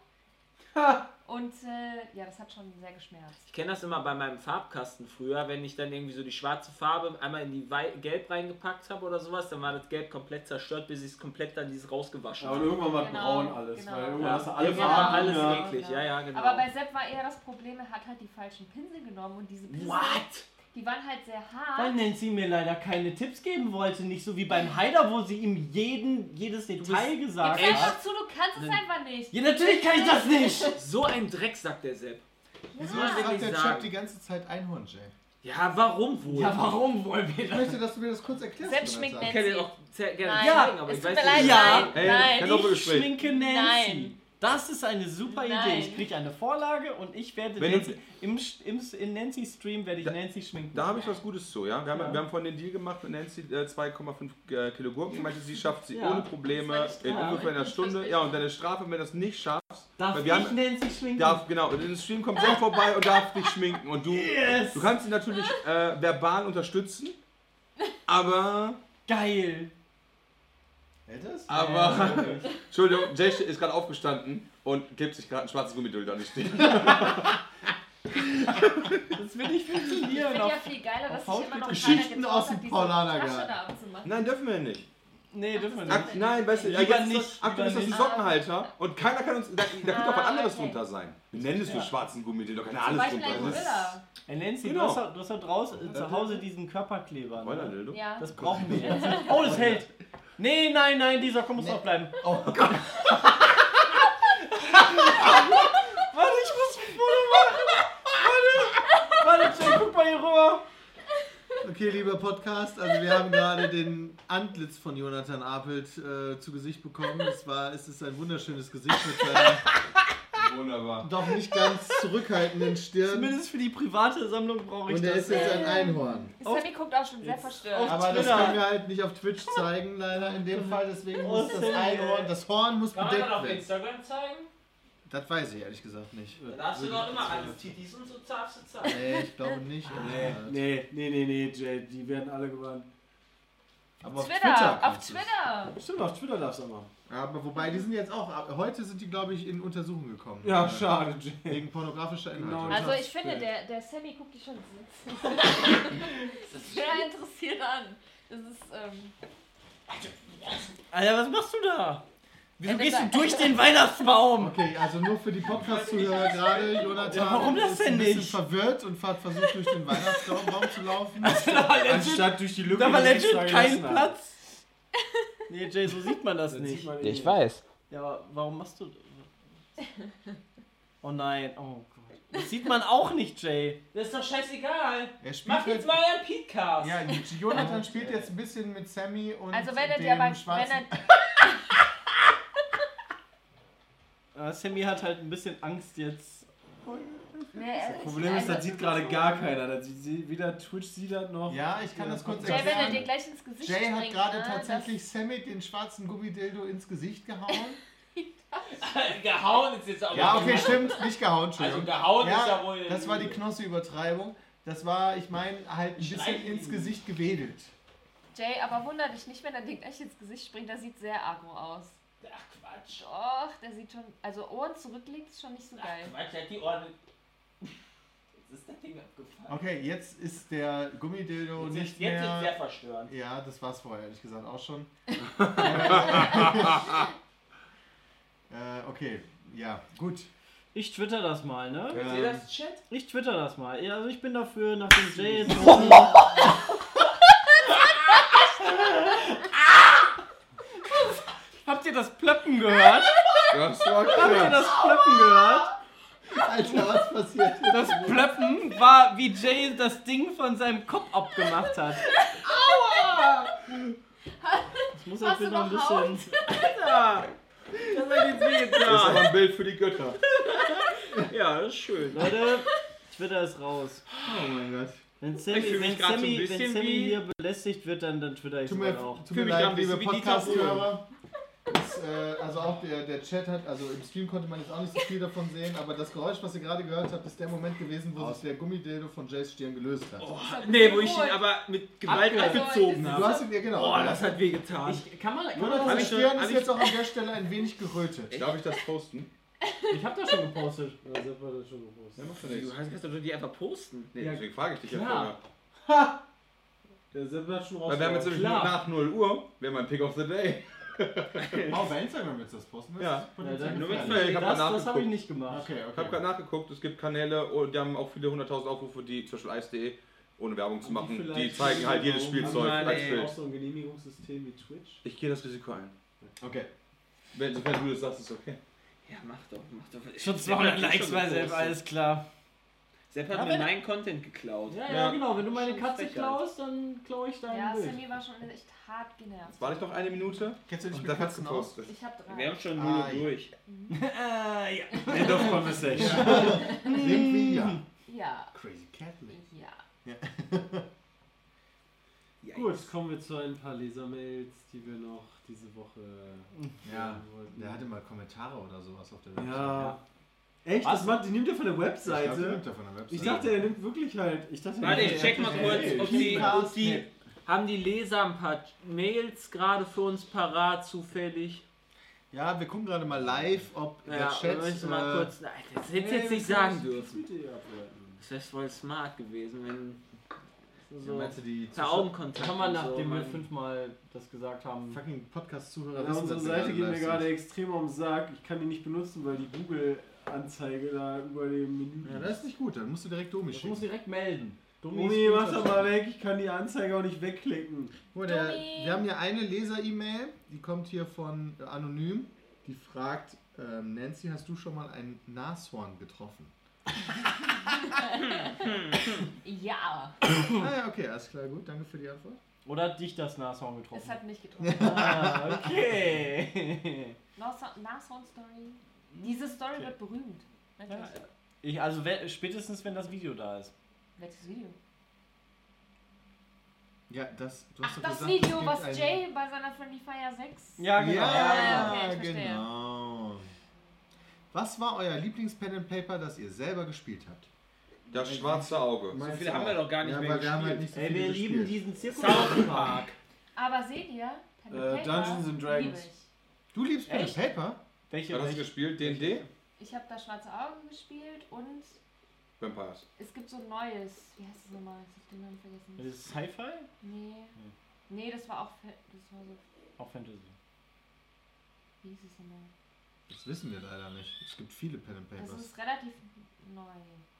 C: Und äh, ja, das hat schon sehr geschmerzt.
F: Ich kenne das immer bei meinem Farbkasten früher, wenn ich dann irgendwie so die schwarze Farbe einmal in die Wei Gelb reingepackt habe oder sowas, dann war das Gelb komplett zerstört, bis ich es komplett dann dieses rausgewaschen
G: Ja, und
F: habe.
G: irgendwann war
C: Genau,
G: braun alles,
C: genau.
G: weil irgendwann hast du alle
F: Irgendwann
C: war
G: Farben.
F: alles
G: ja.
F: eklig. Ja, ja, genau.
C: Aber bei Sepp war eher das Problem, er hat halt die falschen Pinsel genommen und diese Pinsel,
F: What?
C: die waren halt sehr
E: Weil
C: hart.
E: Nancy mir leider keine Tipps geben wollte. Nicht so wie beim Heider, wo sie ihm jeden, jedes Detail gesagt
C: Gib
E: hat.
C: einfach zu, du kannst es einfach nicht.
E: Ja, natürlich kann ich das nicht.
F: So ein Dreck, sagt der Sepp.
D: Wieso
F: Ja, will ich
D: sagt der
F: sagen.
D: Chat die ganze Zeit Einhorn, Jay?
F: Ja, warum wohl?
E: Ja, warum wollen wir
D: Ich
E: das?
D: möchte, dass du mir das kurz erklärst.
C: Selbst
D: Jonathan.
C: schmeckt
F: Ich kann dir auch sehr gerne
C: Nein,
F: zeigen, aber
C: es
F: ich
C: tut
F: weiß
C: mir leid,
F: nicht.
E: Ja.
C: nein,
B: Hey,
C: nein.
B: kann doch-
E: Ich
B: Doppelgespräch.
E: schminke Nancy.
C: Nein.
E: Das ist eine super
C: Nein.
E: Idee. Ich kriege eine Vorlage und ich werde
B: Wenn
E: Nancy,
B: du-
E: im, im, in Nancy Stream werde ich
B: Da-
E: Nancy schminken.
B: Da habe ich was Gutes zu, ja. Wir haben,
E: Ja.
B: wir haben vorhin den Deal gemacht mit Nancy äh, 2,5 äh, Kilo Gurken. Meinte, sie schafft sie
E: Ja.
B: ohne Probleme
C: Das war die
B: in
E: Strafe.
B: ungefähr einer Stunde. Ja, und deine Strafe, wenn du das nicht schaffst,
E: Darf
B: Weil
E: ich
B: wir haben-
E: Nancy schminken?
B: darf, genau, und in den Stream kommt Sam vorbei und darf dich schminken. Und du,
E: Yes.
B: du kannst sie natürlich äh, verbal unterstützen, aber,
E: Geil.
D: Hält das?
B: aber, Entschuldigung, Jay ist gerade aufgestanden und gibt sich gerade ein schwarzes Gummidulder nicht stehen.
E: Das wird nicht
C: Ich
E: funktionieren.
C: finde ja
E: Auf,
C: viel geiler, dass
E: auf
C: sich immer noch
D: Geschichten
C: keiner getraut
D: aus dem
C: hat, diese
D: Paulanergarten.
C: Tasche da abzumachen.
B: Nein, dürfen wir nicht.
E: nee, dürfen wir
C: Ach,
E: nicht.
B: Akt, nein, weißt du, ja,
E: Lieber
B: jetzt ist
E: nicht,
B: das, Akt,
E: lieber
B: ist das ein
E: nicht.
B: Sockenhalter und keiner kann uns, da, da könnte auch was
C: Ah,
B: anderes
C: okay.
B: drunter sein. Wir nennen es nur
E: Ja.
B: schwarzen Gummidildo, kann ja
C: Zum
B: alles
C: Beispiel ein
B: drunter sein.
C: Gorilla.
E: Ey, Nancy,
B: Genau.
E: du hast doch- du hast doch draußen zu Hause diesen Körperkleber. Ne?
B: Spoiler-Dildo?
C: Ja.
E: Das brauchen wir jetzt. Oh, das hält. Nee, nein, nein, dieser Socke muss
D: Nee.
E: drauf bleiben.
D: Oh Gott.
E: Warte, ich muss ein Foto machen. Warte, warte, Jay, guck mal hier rüber.
D: Okay, lieber Podcast, also wir haben gerade den Antlitz von Jonathan Apelt äh, zu Gesicht bekommen. Es war, es ist ein wunderschönes Gesicht mit seiner
B: Wunderbar.
D: doch nicht ganz zurückhaltenden Stirn.
E: Zumindest für die private Sammlung brauche ich
D: Und er
E: das.
D: ist jetzt ein Einhorn.
E: Auf-
C: Sammy guckt auch schon sehr verstört.
E: auf-
D: Aber das
E: Twitter.
D: können wir halt nicht auf Twitch zeigen, leider in dem Fall. Deswegen
E: Oh,
D: muss das
E: Sammy.
D: Einhorn, das Horn muss
F: Kann man das
D: bedeckt
F: auf
D: werden.
F: Instagram zeigen?
D: Das weiß ich ehrlich gesagt nicht.
F: Da darfst du doch immer alles Titis und so zart zu zeigen.
D: Nee, ich glaube nicht.
G: Nee, nee, nee, nee, nee, Jade, die werden alle gebannt.
D: Aber auf Twitter.
C: Twitter, auf
D: kannst du's.
C: Twitter.
G: Stimmt, auf Twitter darfst du aber.
D: Aber wobei,
C: Mhm.
D: die sind jetzt auch, ab- heute sind die, glaube ich, in Untersuchung gekommen.
G: Ja,
D: Äh,
G: schade, Jade.
D: Wegen pornografischer Inhalte.
G: Genau.
C: Also ich
G: Twitter.
C: finde, der, der Sammy guckt die schon sehr interessiert an. Das ist, ähm,
E: Alter, was machst du da? Wieso
C: Ey,
E: gehst du
C: bitte.
E: durch den Weihnachtsbaum?
D: Okay, also nur für die Podcast-Zuhörer gerade, Jonathan.
E: Ja, warum das
D: ist
E: denn
D: ein bisschen
E: nicht?
D: verwirrt und hat versucht, durch den Weihnachtsbaum zu laufen.
E: Da war legit,
G: Anstatt durch die Lücke.
E: da war
G: die sie
E: legit
G: extra
E: kein
G: gelassen haben.
E: Platz. Nee, Jay, so sieht man das
G: Das sieht
E: nicht.
G: man
H: Ich
G: irgendwie.
H: weiß.
E: Ja, aber warum machst du. Oh nein, oh Gott. Das sieht man auch nicht, Jay.
F: Das ist doch scheißegal.
D: Er spielt
F: Mach
D: halt,
F: jetzt mal einen Podcast.
D: ja, Jonathan spielt jetzt ein bisschen mit Sammy und
C: also wenn er
D: dem
C: dir beim, wenn
D: schwarzen
C: er,
E: Äh, Sammy hat halt ein bisschen Angst jetzt.
C: nee,
G: Das Problem ist, das sieht gerade gar keiner. Das sieht- sieht, weder Twitch sieht das noch.
D: Ja, ich kann das kurz
C: Jay, wenn er
D: erklären.
C: dir gleich ins Gesicht
D: Jay hat
C: springt,
D: gerade
C: ne,
D: tatsächlich Sammy den schwarzen Gummidildo ins Gesicht gehauen.
F: Gehauen ist jetzt aber.
D: ja, okay, stimmt, nicht gehauen,
F: Also
D: Entschuldigung.
F: gehauen ist ja
D: ja,
F: wohl.
D: das war die Knossi-Übertreibung. Das war, ich meine, halt ein bisschen
F: Schneiden.
D: ins Gesicht gewedelt.
C: Das, Jay, aber wunder dich nicht, wenn er dir gleich ins Gesicht springt, das sieht sehr agro aus.
F: Ach Quatsch.
C: Doch, der sieht schon, also Ohren zurücklegt, ist schon nicht so
F: Ach
C: geil.
F: Quatsch, der hat die Ohren. Jetzt ist das Ding abgefallen.
D: Okay, jetzt ist der Gummidildo
F: Jetzt
D: nicht
F: ist, jetzt ist sehr
D: mehr.
F: verstörend.
D: Ja, das war's vorher, ehrlich gesagt, auch schon. äh, okay, ja, gut.
E: Ich twitter das mal, ne?
F: Seht ihr das Chat?
E: Ich twitter das mal. Ja, Also ich bin dafür, nachdem Jay jetzt. Habt ihr das Plöppen gehört?
B: Das war
E: Habt ihr das Plöppen gehört?
D: Alter, was passiert?
E: Das Plöppen war, wie Jay das Ding von seinem Kopf abgemacht hat. Aua! Das muss
C: Hast
E: natürlich
C: du
E: noch ein
C: noch Haut?
E: bisschen. Alter! Das hat jetzt wehgetan.
B: aber ein Bild für die Götter.
F: Ja, das ist schön.
E: Leute, Twitter ist raus.
D: Oh mein Gott.
E: Wenn Sammy,
F: Ich fühl mich
E: wenn
F: grad so ein
E: Sammy, wenn
F: bisschen
E: Sammy
F: wie-
E: hier belästigt wird, dann, dann twitter ich
D: Tut
E: mal
D: mir,
E: auch.
D: tut mir
F: Fühl mich grad
D: leid,
F: ein bisschen
D: liebe
F: wie Dieter
D: Podcast-Hörer. Das, Äh, also auch der, der Chat hat, also im Stream konnte man jetzt auch nicht so viel davon sehen, aber das Geräusch, was ihr gerade gehört habt, ist der Moment gewesen, wo sich der Gummidildo von Jays Stirn gelöst hat.
F: Oh, nee, wo ich ihn
C: Cool.
F: aber mit Gewalt
C: Abgezogen.
F: abgezogen
D: du
F: habe.
D: hast ihn ja genau.
F: Boah, oh, das hat wehgetan.
E: Ich, kann man, kann man
D: Jonathan
E: das,
F: ich
D: Stirn
F: schon- hab
D: ist
F: ich-
D: jetzt auch an der Stelle ein wenig gerötet.
B: Darf ich das posten?
E: ich hab das schon gepostet.
G: Oder sind wir das schon gewusst?
B: Ja, machst du
F: Du
B: nichts.
F: hast- kannst doch die einfach posten.
B: Nee, deswegen frage ich dich ja
E: Klar.
B: vorher.
G: Da sind wir schon raus.
B: Weil wir haben jetzt nämlich
E: klar.
B: nach 0 Uhr, wir haben ein Pick of the Day.
D: Oh, bei Instagram willst du das posten? Das
B: Ja.
D: ist potenziell
E: Ja, dann-
B: Nur mit
D: gefährlich.
B: schnell, ich habe gerade
E: Das, das habe ich
B: nachgeguckt.
E: nicht gemacht.
D: Okay,
B: Ich habe
D: okay.
B: gerade nachgeguckt, es gibt Kanäle, und die haben auch viele hunderttausend Aufrufe, die zum Beispiel Eis.de, ohne Werbung zu machen, die zeigen halt jedes Spielzeug
F: Mann,
B: als
F: ey.
B: Bild.
G: auch so ein Genehmigungssystem wie Twitch.
B: Ich gehe das Risiko ein.
D: okay.
B: Wenn, wenn du das sagst, ist okay.
F: Ja, mach doch, mach doch.
E: Schon
F: Sepp hat
E: 200
F: eh
E: Likes
F: schon
E: bei Sepp,
F: gepostet.
E: alles klar.
F: Sepp
E: Ja,
F: hat mir
E: wenn-
F: meinen Content geklaut.
E: Ja, ja,
B: Ja.
E: genau. Wenn du meine
F: Schon
E: Katze
F: Frechheit.
E: klaust, dann klaue ich dein
C: Ja,
E: Bild.
C: Sammy war schon echt hart genervt.
B: Jetzt warte ich noch eine Minute
D: Kennst du dich
B: und
D: mit
B: dann hat's
D: Katzen aus?
B: gepostet.
C: Ich hab
F: Wir
C: drei.
F: haben schon
D: Ah,
F: 0 Uhr
D: ja.
F: durch.
E: Äh, ja.
G: End of Conversation.
D: Irgendwie ja.
C: Ja,
D: Crazy Cat Lady.
C: ja.
G: Gut, kommen wir zu ein paar Lesermails, die wir noch diese Woche.
D: Ja.
G: wollten.
D: Der hatte mal Kommentare oder sowas auf der Webseite.
G: Ja. Echt? Das macht, die nimmt er von der
D: Ich, glaub, der
G: Webseite.
D: nimmt davon eine Webseite.
G: Ich dachte, er nimmt wirklich halt. Ich dachte,
F: Warte,
G: er
F: ich check mal kurz, ob die, ob die haben die Leser ein paar Mails gerade für uns parat zufällig.
D: Ja, wir gucken gerade mal live, ob der
F: Ja,
D: Chat.
F: oder möchtest du mal
D: äh,
F: kurz. Nein, Das hätte ich jetzt nicht sagen dürfen.
G: dürfen.
F: Das wäre voll smart gewesen, wenn
D: ja,
F: so
D: meinst du, die
F: der
D: Zuschauer-
F: Augenkontakt.
E: Kann man,
F: und
E: nachdem wir
F: man-
E: fünfmal das gesagt haben.
D: fucking Podcast-Zuhörer
G: Ja, unsere Seite geht mir
D: live
G: gerade
D: sind?
G: extrem am Sack. Ich kann die nicht benutzen, weil die Google-Anzeige da über dem Menü.
D: Ja, das ist nicht gut, dann musst du direkt Domi
E: Ich muss
D: schicken.
E: direkt melden. Dummi
G: Umi,
E: ist
G: mach
E: gut.
G: doch mal weg. Ich kann die Anzeige auch nicht wegklicken.
D: Guck mal, der,
C: Domi!
D: wir haben ja eine Leser-E-Mail, die kommt hier von äh, Anonym, die fragt: ähm, Nancy, hast du schon mal ein Nashorn getroffen?
C: Ja.
D: ah, ja, okay, alles klar, gut, danke für die Antwort.
E: Oder hat dich das Nashorn
C: Es
E: getroffen?
C: hat mich getroffen.
E: Ah, okay.
C: Nashorn Story. Diese Story wird berühmt. Natürlich.
E: Ja. Ich, also we- spätestens, wenn das Video da ist.
C: Welches Video?
D: Ja, das. Du
C: Ach,
D: doch
C: das
D: gesagt, es
C: Video,
D: gibt
C: was
D: ein-
C: Jay bei seiner Friendly Fire 6.
E: Ja, genau.
D: Ja,
C: okay, ich verstehe.
D: genau. Was war euer Lieblings-Pen and Paper, das ihr selber gespielt habt?
B: Das schwarze Auge.
F: So viele haben wir doch gar nicht
D: ja,
F: mehr
D: weil wir haben halt
F: gespielt.
D: nicht so viele
E: Ey, wir lieben
D: gespielt.
E: diesen Zirkus.
F: South Park.
C: Aber seht ihr? Pen and
G: Äh,
C: Paper
G: Dungeons and Dragons.
C: liebe Ich,
D: Du liebst Pen and
E: Echt?
D: Paper?
E: Welche,
B: Was hast du
E: welche?
B: gespielt? D&D?
C: ich habe da schwarze Augen gespielt und
B: Vampires.
C: es gibt so ein neues. Wie heißt es nochmal? Ich habe den Namen vergessen.
E: Das ist Sci-Fi?
C: Nee. Nee, das war auch. Fa- Das war so.
E: Auch Fantasy.
C: Wie hieß es nochmal?
D: Das wissen wir leider nicht. Es gibt viele Pen and
C: Das
D: Papers.
C: ist relativ neu.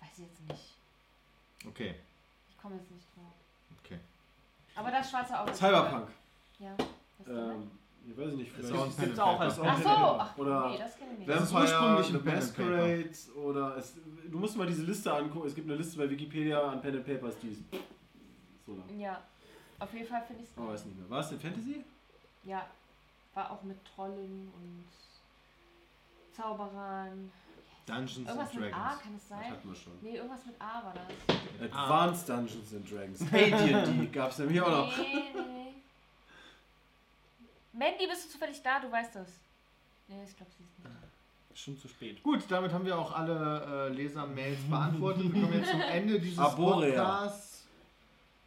C: Weiß ich jetzt nicht.
D: Okay,
C: Ich komme jetzt nicht drauf.
D: okay.
C: Aber das schwarze Auge. ist
G: Cyberpunk.
C: cool. Ja. Was
G: Ähm, ich weiß nicht,
D: Ist
G: vielleicht.
D: auch ein
G: Das
D: Pen
G: gibt's
D: and
G: auch
D: Paper.
G: als
C: Ach so, ach,
G: Oder-
C: nee, das kenne ich nicht.
G: Das ist
D: Vampire,
G: ursprünglich
D: The
G: ein
D: Pen and
G: Masquerade oder es, du musst mal diese Liste angucken. Es gibt eine Liste bei Wikipedia an Pen and Papers, die ist so lang.
C: Ja, auf jeden Fall finde ich es
G: Aber Oh, weiß nicht mehr. War es denn Fantasy?
C: Ja, war auch mit Trollen und Zauberern.
D: Dungeons
C: Irgendwas
D: and
C: mit A,
D: Dragons.
C: kann es
G: Das
C: sein?
G: hatten wir schon.
C: Nee, irgendwas mit A war das.
G: Advanced Dungeons and Dragons. AD&D gab es nämlich auch noch.
C: Nee, nee, nee. Mandy, bist du zufällig da? Du weißt das. Nee, ich glaube, sie ist nicht. da.
E: Schon zu spät.
D: Gut, damit haben wir auch alle äh, Leser-Mails beantwortet. Wir kommen jetzt zum Ende dieses
G: Arborea.
D: Podcasts.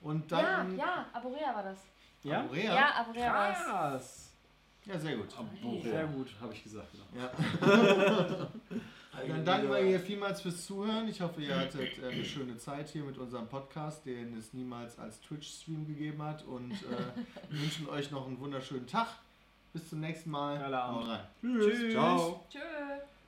D: Und dann.
C: Ja, ja, Aborea war das.
E: Ja?
D: Arborea?
C: Ja, Aborea war das.
E: Krass.
D: Ja, sehr gut.
E: Sehr gut.
G: Habe ich gesagt. Genau.
D: Ja. Dann danken wir ihr vielmals fürs Zuhören. Ich hoffe, ihr hattet äh, eine schöne Zeit hier mit unserem Podcast, den es niemals als Twitch-Stream gegeben hat. Und äh, wünschen euch noch einen wunderschönen Tag. Bis zum nächsten Mal.
E: Geiler Abend.
D: Haut rein.
E: Tschüss.
B: Ciao.
C: Tschö.